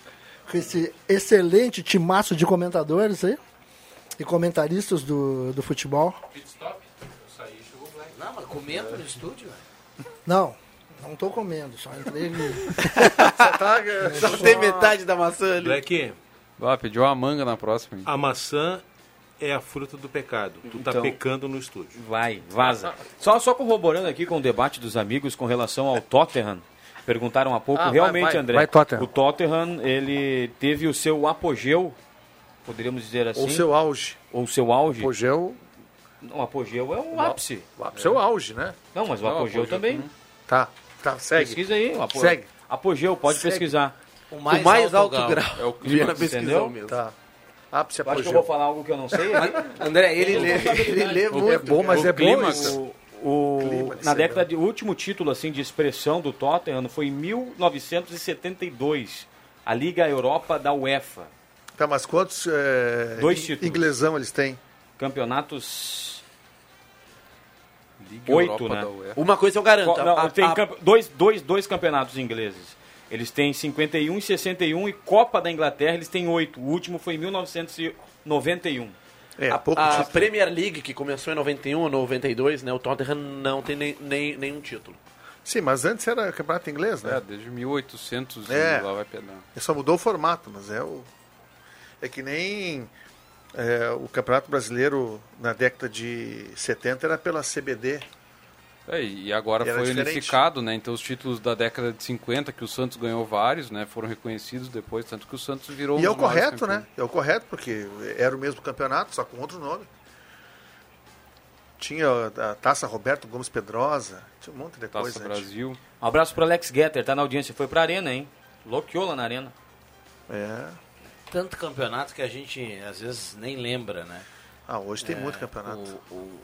Com esse excelente timaço de comentadores aí. E comentaristas do, do futebol. Não, mas comenta no estúdio. velho. Não, não tô comendo, só entrei. tá- Só tem metade da maçã ali. Black, Ah, pediu uma manga na próxima. hein? a maçã é a fruta do pecado. Tu tá Então- pecando no estúdio. Vai, vaza. Só, só corroborando aqui com o debate dos amigos com relação ao Tottenham. Perguntaram há pouco. Ah, vai, Realmente, vai. André, Vai, Tottenham. o Tottenham, ele teve o seu apogeu, poderíamos dizer assim. Ou seu auge. ou seu auge. Hoje é o Não, o apogeu é o O a- ápice. o ápice é o auge, né? Não, mas o Não, o apogeu apogeu também. Tá, tá, segue. Pesquisa aí. o apo- Segue. Apogeu, pode Segue. pesquisar. O mais O mais alto alto grau. grau. É o Viena clímax, pesquisou entendeu? mesmo. Tá. Ápice, Eu Acho que eu apogeu. vou falar algo que eu não sei. aqui. André, ele Tem lê- responsabilidade. ele lê muito, É bom, mas O é bom clímax- isso. O, o- Clímax, na é década de o último título assim de expressão do Tottenham foi em 1972, a Liga Europa da UEFA. Tá, mas quantos é, Dois in- títulos. inglesão eles têm? Campeonatos Liga oito, Europa né? da UEFA. Uma coisa eu garanto, Qual- não, a- tem a- campe- dois, dois, dois campeonatos ingleses. Eles têm 51 e 61 e Copa da Inglaterra eles têm oito. O último foi em 1991. a, a Ah. Premier League, que começou em 91 ou 92, né? O Tottenham não tem nem, nem- nenhum título. Sim, mas antes era campeonato inglês, né? É, desde 1800 É. e lá vai pedar. Ele Só mudou o formato, mas é o. É que nem é, o Campeonato Brasileiro na década de 70 era pela CBD. É, e agora Era foi diferente. unificado, né? Então os títulos da década de 50, que o Santos ganhou vários, né? Foram reconhecidos depois, tanto que o Santos virou um E é o dos maiores correto, campeões. né? É o correto, porque era o mesmo campeonato, só com outro nome. Tinha a Taça Roberto Gomes Pedrosa, tinha um monte de coisa. né? Um abraço pro Alex Getter, tá na audiência. Foi pra Arena, hein? Loqueou lá na Arena. É. Tanto campeonato que a gente às vezes nem lembra, né? Ah, hoje tem É, muito campeonato.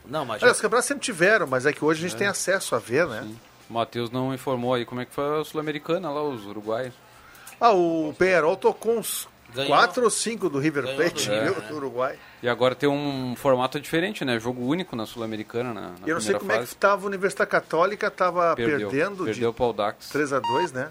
Não, mas. Olha, os campeonatos sempre tiveram, mas é que hoje a gente É. tem acesso a ver, né? O Matheus não informou aí como é que foi a Sul-Americana lá, os uruguaios. Ah, o Penharol tocou uns Ganhou. 4 ou 5 do River Plate, River, viu, né? do Uruguai. E agora tem um formato diferente, né? Jogo único na Sul-Americana, na, na E eu não sei primeira como é que fase. estava a Universidade Católica, estava Perdeu. perdendo Perdeu de para o Dax. 3x2, né?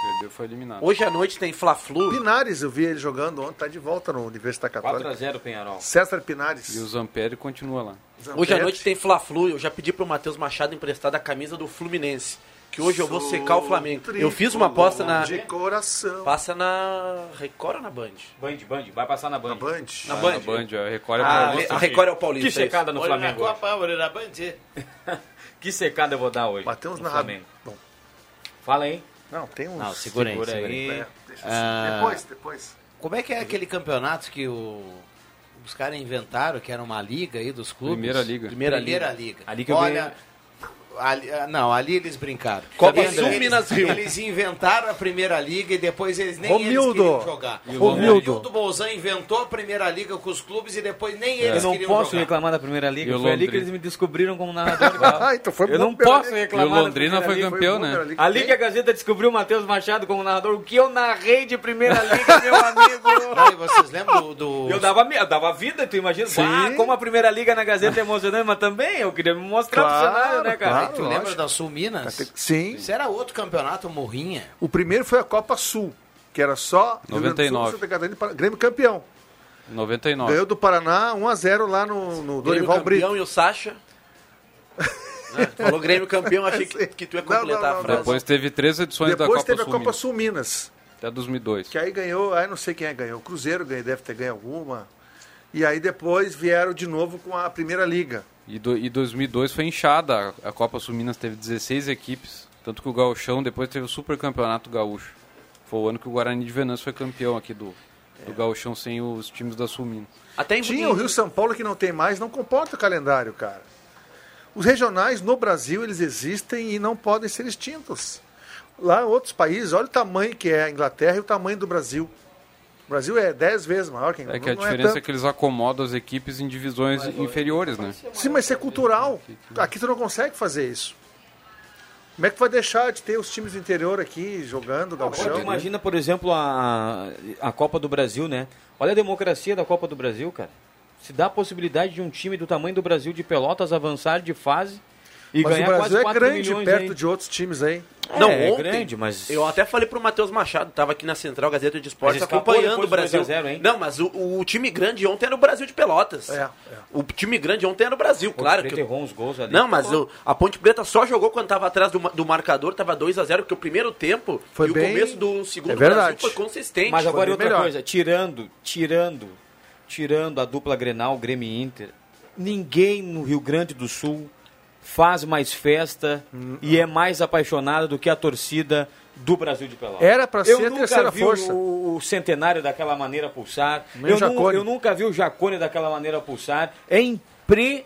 Perdeu, foi eliminado. Hoje à noite tem Fla-Flu. Pinares, eu vi ele jogando ontem, tá de volta no Universidade Católica. 4x0 Penharol. César Pinares. E o Zamperi continua lá. Hoje à noite tem Fla-Flu. Eu já pedi pro Matheus Machado emprestar a camisa do Fluminense. Que hoje eu vou secar o Flamengo. Eu fiz uma aposta na. De coração. Passa na Record ou na Band? Band, Band. Vai passar na Band. Na Band? Na Ah, Band. na Band, é, Record é Ah, Paulista. a Record é o Paulista. Que secada no Olha na Flamengo. Copa, olha na Band. Que secada eu vou dar hoje. Batemos no na Flamengo. Bom. Fala aí. Não, tem uns. é, Não, segura aí, Segura segura aí. aí. Ah, Depois, depois. Como é que é aquele campeonato que o- os caras inventaram, que era uma liga aí dos clubes? Primeira liga. Primeira, Primeira liga. liga. Ali que eu Olha, ali- ah, não, ali eles brincaram. Copa eles, Sul, Minas Rio. Eles inventaram a primeira liga e depois eles nem eles Romildo. queriam jogar. E o Romildo. Romildo Bolzan inventou a primeira liga com os clubes e depois nem eles Eu não queriam posso jogar. reclamar da primeira liga. E o Foi ali Londrina? que eles me descobriram como narrador. Ah, então foi eu bom não pela posso liga. reclamar. E o da Londrina primeira foi liga. campeão, Foi bom né? pela liga. Ali que a Gazeta descobriu o Matheus Machado como narrador, o que eu narrei de primeira liga, meu amigo. Não, e vocês lembram do... do- Eu dava, me- eu dava vida, tu imagina? Ah, como a primeira liga na Gazeta é emocionante, mas também eu queria me mostrar Claro, pro cenário, né, cara? claro, Tu lembra da Sul Minas? Sim. Isso era outro campeonato, morrinha. O primeiro foi a Copa Sul, que era só Rio Grande do Sul, 99. Santa Catarina e Paraná. Grêmio campeão. 99. Ganhou do Paraná 1x0 lá no, no Grêmio Dorival Brito. campeão e o Sacha. Né? Ah, tu falou Grêmio campeão, achei que, que tu ia Não, não, completar não, a frase. Depois teve três edições da Depois Copa teve a Sul Copa Minas, Sul Minas, até 2002. que aí ganhou, aí não sei quem é que ganhou. O Cruzeiro ganhou, deve ter ganho alguma. E aí depois vieram de novo com a Primeira Liga. E, do, e 2002 foi inchada. A a Copa Sul Minas teve 16 equipes. Tanto que o Gauchão depois teve o Super Campeonato Gaúcho. Foi o ano que o Guarani de Venâncio foi campeão aqui do, do Gauchão sem os times da Sul Minas. Até Tinha o Rio São Paulo que não tem mais, não comporta o calendário, cara. Os regionais no Brasil, eles existem e não podem ser extintos. Lá em outros países, olha o tamanho que é a Inglaterra e o tamanho do Brasil. O Brasil é 10 vezes maior que a É Inglaterra. que a não diferença é, tanto. que eles acomodam as equipes em divisões inferiores, né? Sim, mas isso é cultural. Aqui tu não consegue fazer isso. Como é que tu vai deixar de ter os times do interior aqui jogando, né? Agora tu gauchão? imagina, por exemplo, a, a Copa do Brasil, né? Olha a democracia da Copa do Brasil, cara. Se dá a possibilidade de um time do tamanho do Brasil de Pelotas avançar de fase e mas o ganhar Brasil quase é 4 grande milhões perto aí. de outros times aí. Não, é ontem, grande, mas- Eu até falei pro Matheus Machado, tava aqui na Central Gazeta de Mas Esportes escapou acompanhando o depois do Brasil. 2 a 0, hein? Não, mas o, o time grande ontem era o Brasil de Pelotas. É, é. O time grande ontem era o Brasil, claro. Preta que- errou uns gols ali. Não, mas o- a Ponte Preta só jogou quando tava atrás do, ma- do marcador, tava 2 a 0 porque o primeiro tempo Foi e bem- o começo do segundo É verdade. Brasil foi consistente. Mas agora é Foi outra bem melhor. coisa, tirando, tirando, tirando a dupla Grenal, Grêmio e Inter, ninguém no Rio Grande do Sul faz mais festa e é mais apaixonada do que a torcida do Brasil de Pelotas. Era pra Eu ser a nunca terceira vi força. O, o centenário daquela maneira pulsar. Nem Eu, o nu- Jacone. eu nunca vi o Jacone daquela maneira pulsar. É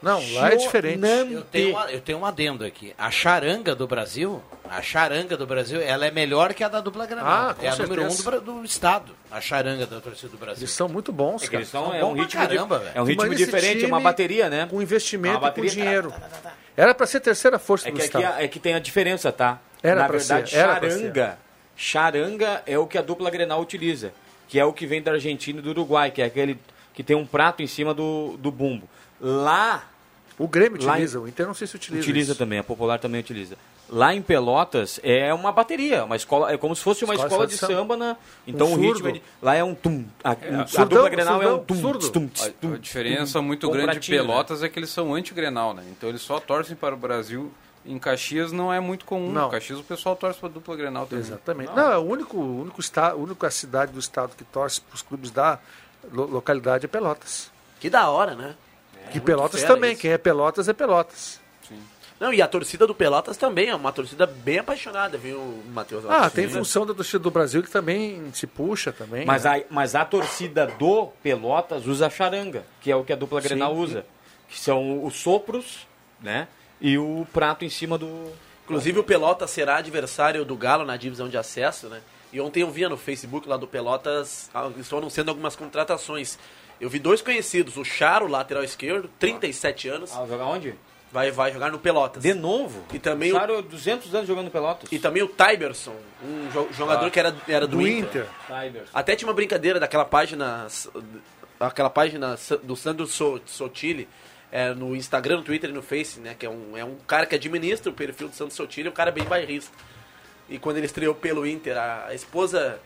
Não, lá é diferente. Eu tenho, uma- eu tenho um adendo aqui. A charanga do Brasil, a charanga do Brasil, ela é melhor que a da dupla Granal. Ah, com é a certeza. número um do, Bra- do estado, a charanga da torcida do Brasil. Eles são muito bons, É que cara. eles são- é um Bom pra ritmo de- velho. é um ritmo Mas esse diferente, é uma time bateria, né? Com investimento Uma bateria, e tá, com dinheiro. Era pra ser a terceira força É do que aqui Estado. é que tem a diferença, tá? Era Na pra verdade, ser, era pra charanga. Charanga é o que a dupla Grenal utiliza, que é o que vem da Argentina e do Uruguai, que é aquele que tem um prato em cima do, do bumbo. Lá. O Grêmio lá em- utiliza, o Inter não sei se utiliza. Utiliza isso. também, a Popular também utiliza. Lá em Pelotas é uma bateria, uma escola, é como se fosse uma Escola escola, de de samba. samba, né? Um Então o surdo. ritmo é de- lá é um tum, a, É, um- a surdão, dupla Grenal é um surdão, tum, surdo. tum, tum, A, tum, a diferença tum. muito Bom grande pratinho, de né? Pelotas é que eles são anti-Grenal, né? Então eles só torcem para o Brasil. Em Caxias não é muito comum. Não. Em Caxias o pessoal torce para a dupla Grenal também. Exatamente. Não, é o único, o único estado, a única cidade do estado que torce para os clubes da lo- localidade é Pelotas. Que da hora, né? É, que muito Pelotas fera também, isso. quem é Pelotas é Pelotas. Não, e a torcida do Pelotas também é uma torcida bem apaixonada, viu, Matheus? Ah, tem função da torcida do Brasil que também se puxa também. Mas né? a, mas a torcida do Pelotas usa a charanga, que é o que a dupla Grenal Sim. usa. Que são os sopros, né? E o prato em cima do. Inclusive o Pelotas será adversário do Galo na divisão de acesso, né? E ontem eu via no Facebook lá do Pelotas, ah, estão anunciando algumas contratações. Eu vi dois conhecidos, o Charo, lateral esquerdo, 37 anos. Ah, jogar onde? Vai, vai jogar no Pelotas. De novo? E também o- Claro, 200 anos jogando Pelotas. E também o Tyberson, um jo- jogador Ah. que era, era do, Do Inter. Inter. Tyberson. Até tinha uma brincadeira daquela página, aquela página do Sandro So- Sotile, é, no Instagram, no Twitter e no Face, né? Que é um, é um cara que administra o perfil do Sandro Sotile, um cara bem bairrista. E quando ele estreou pelo Inter, a, a esposa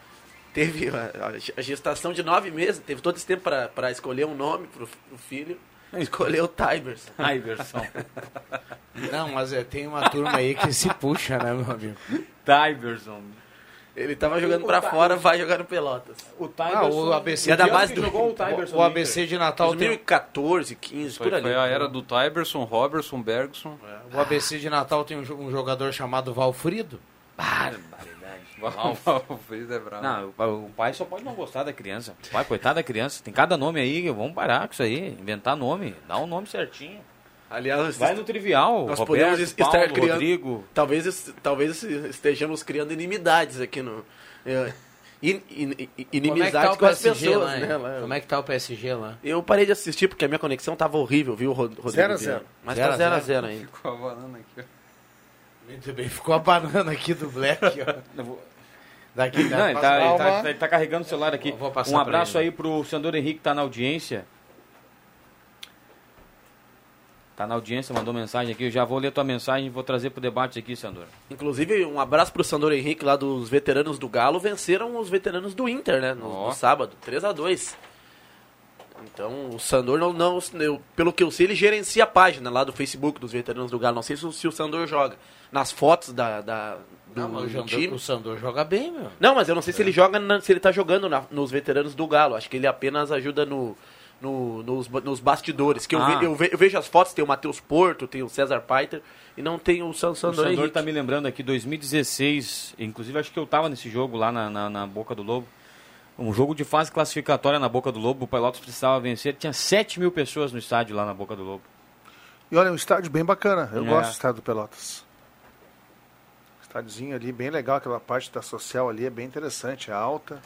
teve a, a gestação de nove meses, teve todo esse tempo pra- pra escolher um nome pro, pro filho. Escolheu Tyberson. Tyberson. Não, mas é, tem uma turma aí que se puxa, né, meu amigo? Tyberson. Ele tava jogando O pra Ty- fora, vai jogar no Pelotas. O Ah, o ABC é da de- base que do jogou o Tyberson O no ABC Inter. de Natal tem- 2014, 15, Foi, por ali. foi a era do Tyberson, Robertson, Bergson. O ABC de Natal tem um, jo- um jogador chamado Valfrido. Valfrido é bravo. Não, o, o pai só pode não gostar da criança. O pai, coitado da criança. Tem cada nome aí, vamos parar com isso aí. Inventar nome. Dá um nome certinho. Aliás, Vai no trivial. Nós Roberto, podemos es- estar Paulo, criando. Rodrigo. Talvez, es- talvez es- estejamos criando inimidades aqui no. é, in- in- in- é inimizades tá com as pessoas, lá, hein? né? lá. Como é que tá o PSG lá? Eu parei de assistir porque a minha conexão tava horrível, viu, Rod- Rodrigo? Zero a zero. Mas Zero tá a 0 a zero. 0 ainda. Ficou a banana aqui. Muito bem, ficou a banana aqui do Black, ó. Daqui, daqui. Não, ele tá, ele tá- ele tá carregando o celular aqui. Vou passar um pra abraço ele. aí pro senador Henrique que tá na audiência. Tá na audiência, mandou mensagem aqui. Eu já vou ler tua mensagem e vou trazer pro debate aqui, senador. Inclusive, um abraço pro Sandor Henrique lá dos veteranos do Galo. Venceram os veteranos do Inter, né? No, Ó. no sábado, 3 a 2 Então, o Sandor não. não eu- pelo que eu sei, ele gerencia a página lá do Facebook dos veteranos do Galo. Não sei se, o- se o Sandor joga. Nas fotos da, da- do Não, mas o Sandor- time. o Sandor É. joga bem, meu. Não, mas eu não sei se ele joga, na- se ele tá jogando na- nos veteranos do Galo. Acho que ele apenas ajuda no, no- nos, ba- nos bastidores. Que eu, Ah. ve- eu ve- eu vejo as fotos, tem o Matheus Porto, tem o César Paiter e não tem o San, O Sandor senador Henrique. tá me lembrando aqui, 2016, inclusive acho que eu tava nesse jogo lá na, na, na Boca do Lobo. Um jogo de fase classificatória na Boca do Lobo, o Pelotas precisava vencer. Tinha 7 mil pessoas no estádio lá na Boca do Lobo. E olha, é um estádio bem bacana. Eu É. gosto do estádio do Pelotas. Estádiozinho ali, bem legal. Aquela parte da social ali é bem interessante, é alta.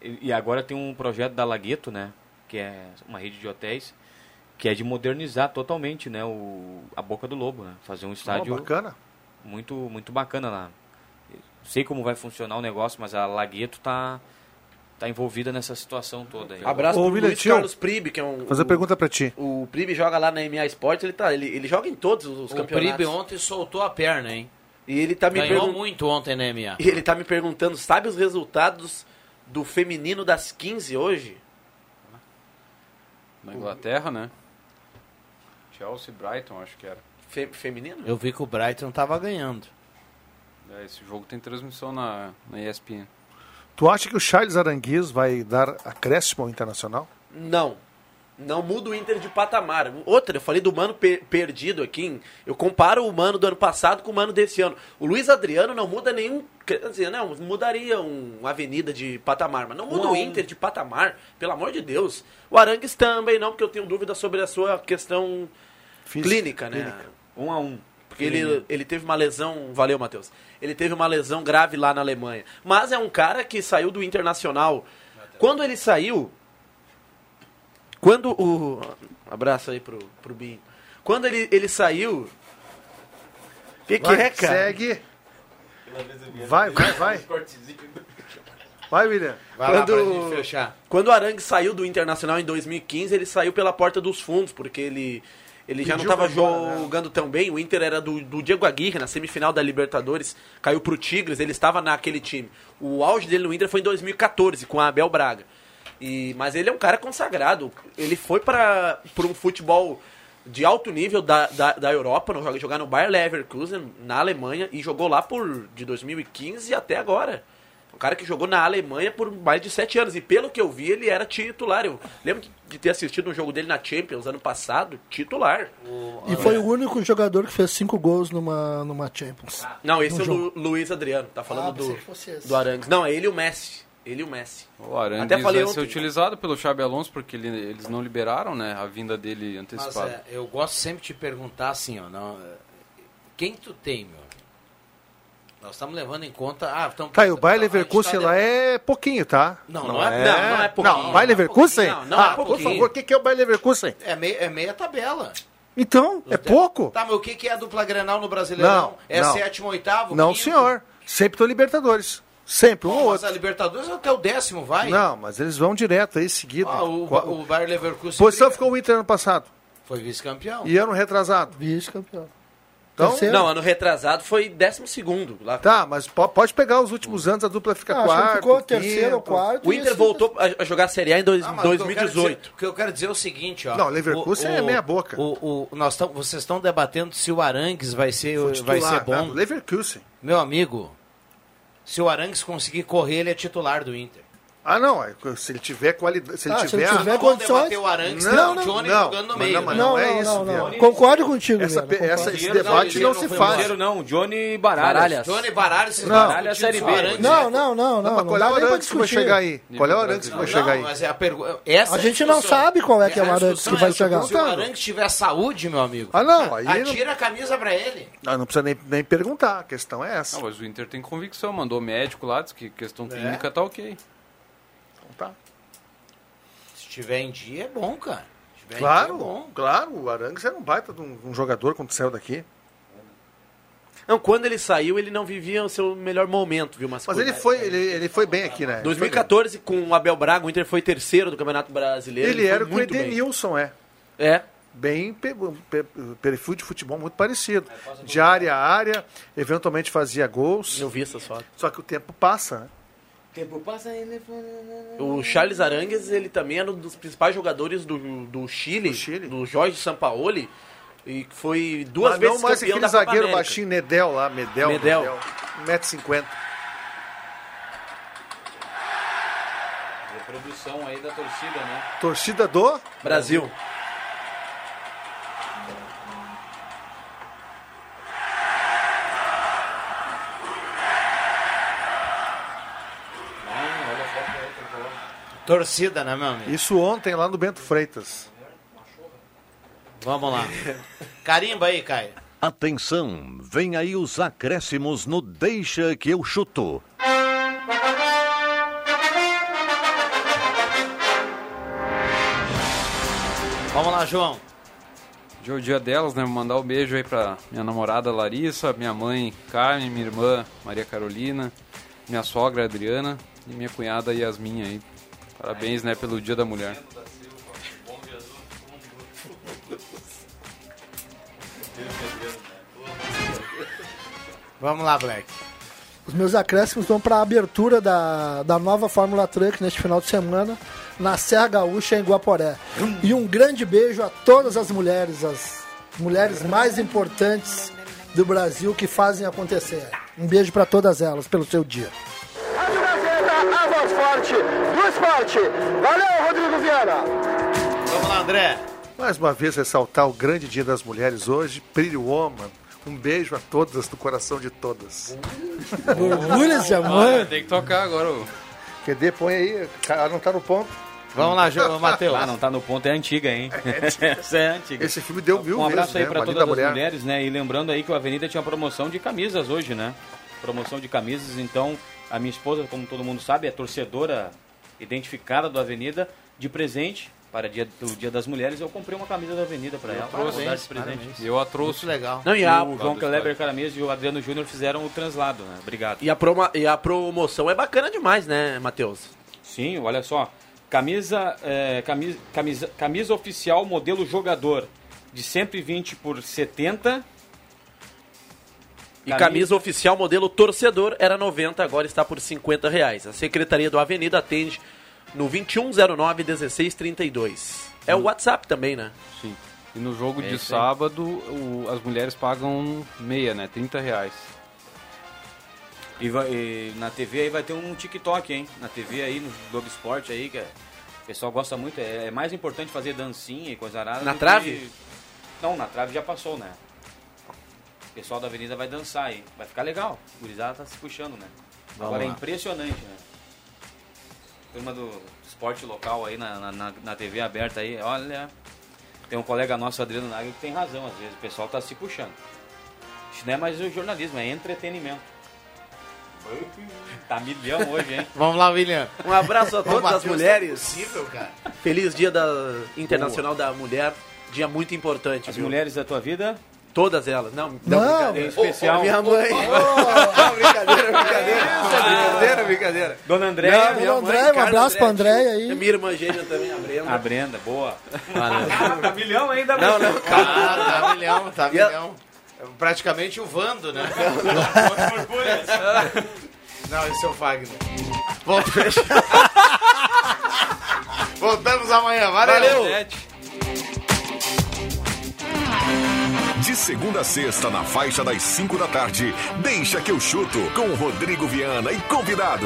E e agora tem um projeto da Lagueto, né? Que é uma rede de hotéis, que é de modernizar totalmente, né? O, a Boca do Lobo, né? Fazer um estádio Ó, bacana. muito, muito bacana lá. Sei como vai funcionar o negócio, mas a Lagueto tá, tá envolvida nessa situação toda aí. Abraço Ô, pro William Luiz Tio, Carlos Pribe, que é um. Fazer o- pergunta pra ti. O Pribe joga lá na MA Sports, ele, tá, ele, ele joga em todos os O campeonatos. Pribe ontem soltou a perna, hein? E ele tá me Ganhou pergun- muito ontem né, na MA. E ele tá me perguntando, sabe os resultados do feminino das 15 hoje? Na Inglaterra, né? Chelsea, Brighton, acho que era. Fe- feminino? Eu vi que o Brighton tava ganhando. É, esse jogo tem transmissão na, na ESPN. Tu acha que o Charles Aranguiz vai dar acréscimo ao Internacional? Não. Não muda o Inter de patamar. Outra, eu falei do Mano per- perdido aqui. hein? Eu comparo o Mano do ano passado com o Mano desse ano. O Luiz Adriano não muda nenhum... Quer dizer, não, mudaria um- uma avenida de patamar, mas não muda Um a o um. Inter de patamar, pelo amor de Deus. O Arangues também não, porque eu tenho dúvida sobre a sua questão clínica, né? clínica. Um a um. Porque ele, ele teve uma lesão. Valeu, Matheus. Ele teve uma lesão grave lá na Alemanha. Mas é um cara que saiu do Internacional. Quando ele saiu. Quando o. Abraço aí pro, pro Binho. Quando ele, ele saiu. O que, que Vai, é, cara? Segue. Vai, vai, vai. Vai, William. quando, quando o Arangue saiu do Internacional em 2015, ele saiu pela porta dos fundos, porque ele, ele já não Pediu estava pra fora, né? jogando tão bem. O Inter era do, do Diego Aguirre, na semifinal da Libertadores, caiu pro Tigres, ele estava naquele time. O auge dele no Inter foi em 2014, com a Abel Braga. E, mas ele é um cara consagrado. Ele foi para um futebol de alto nível da, da, da Europa, não joga jogar no Bayer Leverkusen, na Alemanha, e jogou lá por de 2015 até agora. Um cara que jogou na Alemanha por mais de sete anos. E pelo que eu vi, ele era titular. Eu lembro de ter assistido um jogo dele na Champions ano passado, titular. E foi o único jogador que fez cinco gols numa, numa Champions. Não, esse Num é o jogo. Lu- Luiz Adriano, tá falando Ah, pensei que fosse do, esse. do Arangues. Não, é ele e o Messi. Ele e o Messi. O Arangues Até falei vai ser ontem. utilizado pelo Xabi Alonso, porque ele- eles não liberaram né, a vinda dele Mas antecipada. é, eu gosto sempre de perguntar assim, ó, não, é, quem tu tem, meu? Nós estamos levando em conta. Ah, então, Tá, e o Bayer a gente tá Leverkusen lá é pouquinho, tá? Não, não é- não, não é pouquinho. Não, Bayer Não é Leverkusen? pouquinho, não, não é ah, por pouquinho. favor, o que, que é o Bayer Leverkusen? É meia, é meia tabela. Então, é pouco? Tá, mas o que, que é a dupla Grenal no Brasileirão? Não, é não. sétimo, oitavo? Não, quinto? senhor. Sempre tô Libertadores. Sempre, um Bom, ou mas outro. a Libertadores é até o décimo, vai? Não, mas eles vão direto aí, seguido. Ah, o, Qual- o Bayer Leverkusen Posição ficou o Inter ano passado. foi vice-campeão. E ano retrasado. Vice-campeão. Então, Não, ano retrasado foi décimo segundo. Lá Tá, mas po- pode pegar os últimos anos, a dupla fica Ah, acho que quarto. ficou terceiro ou quinto. quarto, O Inter voltou a a jogar a Série A em dois- Ah, mas o que eu quero 2018. dizer- O que eu quero dizer é o seguinte, ó. Não, Leverkusen é meia boca. O, o- nós tam, vocês estão debatendo se o Arangues vai ser, vai ser titular, bom. tá? Leverkusen. Meu amigo, se o Arangues conseguir correr, ele é titular do Inter. Ah, não. é, Se ele tiver qualidade. Se ele Ah, se ele tiver. tiver condições- Não, é Não, não, não, Johnny não. jogando Mas no meio. né? não, mas não é isso, Viana. Concordo contigo, Essa Viana, pe- concordo. essa- esse Dinheiro debate não, dinheiro se foi faz. Dinheiro não, Johnny Baralhas. Johnny Baralhas, vocês Não. estão Baralhas, Série discutindo B. se o Arangues é- Não, não, não, não. qual não é o dá nem pra Arangues que vai discutir. chegar aí? Qual é o Arangues que vai chegar aí? Mas é a pergunta. Essa A é gente não discussão. sabe qual é que é o A Arangues discussão que vai é essa. chegar. Se o Arangues tiver saúde, meu amigo. Ah, não, aí não- Atira a camisa pra ele. Ah, não precisa nem, nem perguntar, a questão é essa. Não, mas o Inter tem convicção, mandou médico lá, disse que questão É. clínica tá ok. Se tiver em dia, é bom, cara. Se tiver em dia, é Claro, bom. claro, o Arangues era um baita de um, um jogador quando saiu daqui. Não, quando ele saiu, ele não vivia o seu melhor momento, viu, Mas Mas ele foi, ele, ele foi bem aqui, né? 2014, com o Abel Braga, o Inter foi terceiro do Campeonato Brasileiro. Ele, foi era o que o muito bem. Edenilson é. É. Bem pe- pe- perfil de futebol muito parecido. De área a área, eventualmente fazia gols. Eu vi essas fotos. Só que o tempo passa, né? Tempo passa ele... O Charles Arangues, ele também era um dos principais jogadores do, do Chile, do Jorge Sampaoli, e foi duas Mas vezes não mais campeão aquele da Copa zagueiro América. baixinho, Nedel lá, Medel. Medel. 1,50m. Reprodução aí da torcida, né? Torcida do Brasil. Torcida, né, meu amigo? Isso ontem lá no Bento Freitas. Vamos lá. Carimba aí, Caio. Atenção, vem aí os acréscimos no Deixa que eu chuto. Vamos lá, João. Hoje é o dia delas, né? Vou mandar um beijo aí pra minha namorada Larissa, minha mãe Carmen, minha irmã Maria Carolina, minha sogra Adriana e minha cunhada Yasmin aí. Parabéns, né, pelo Dia da Mulher. Vamos lá, Black. Os meus acréscimos vão para a abertura da, da nova Fórmula Truck neste final de semana na Serra Gaúcha, em Guaporé. E um grande beijo a todas as mulheres, as mulheres mais importantes do Brasil que fazem acontecer. Um beijo para todas elas pelo seu dia. Rádio Gazeta, a voz forte do esporte. Valeu, Rodrigo Viana. Vamos lá, André. Mais uma vez ressaltar o grande dia das mulheres hoje, Pretty Woman. Um beijo a todas do coração de todas. Borbulhas de Ah, amor. Tem que tocar agora. ô. QD, põe aí, ela não tá no ponto. Vamos lá, Ju- Matheus. Ah, não tá no ponto, é antiga, hein? Essa é antiga. Esse filme deu mil Um abraço vezes, aí né? pra Uma todas linda as mulher. mulheres, né? E lembrando aí que o Avenida tinha promoção de camisas hoje, né? Promoção de camisas, então a minha esposa, como todo mundo sabe, é torcedora identificada do Avenida, de presente para dia, o Dia das Mulheres, eu comprei uma camisa da Avenida para Eu ela. trouxe, vou dar esse parabéns. presente. Eu a trouxe. Muito Ah. legal. Não, e a, Por o João causa do Kleber Caramês e o Adriano Júnior fizeram o translado, né? Obrigado. E a, promo- e a promoção é bacana demais, né, Matheus? Sim, olha só. Camisa, eh, camisa, camisa, camisa oficial modelo jogador de 120 por 70. E camisa oficial modelo torcedor era 90, agora está por 50 reais. A Secretaria do Avenida atende no 2109-1632. É o WhatsApp também, né? Sim. E no jogo É de isso aí. sábado, o- as mulheres pagam meia, né? 30 reais. E, vai- e na TV aí vai ter um TikTok, hein? Na TV aí, no Globo Esporte aí, que é- o pessoal gosta muito. É, é mais importante fazer dancinha e coisa arada. Na do trave? que- Não, na trave já passou, né? O pessoal da Avenida vai dançar aí. Vai ficar legal. O gurizada tá se puxando, né? Vamos Agora é lá. impressionante, né? Turma do esporte local aí na, na- na- na TV aberta aí, olha. Tem um colega nosso, Adriano Nagel, que tem razão às vezes. O pessoal tá se puxando. Isso não é mais o jornalismo, é entretenimento. Tá milhão hoje, hein? Vamos lá, William. Um abraço a Ô, todas as Matheus, tá mulheres. impossível, cara. Feliz Dia da Internacional da Mulher. Dia muito importante. As mulheres da tua vida? Todas elas. Não, não, brincadeira. Em especial. Ô, ô, minha mãe. brincadeira, brincadeira. brincadeira, brincadeira. Dona Andréia. Não, minha Dona mãe, Andréia, um Carla abraço pra Andréia aí. Minha irmã gêmea também, a Brenda. A Brenda, boa. Valeu. Tá milhão ainda, Não, não, Ah, tá milhão, tá E a- milhão. É Praticamente o Vando, né? Não, esse é o Fagner. Volta- Voltamos amanhã. Valeu. De segunda a sexta, na faixa das 5 da tarde, deixa que eu chuto com Rodrigo Viana e convidado.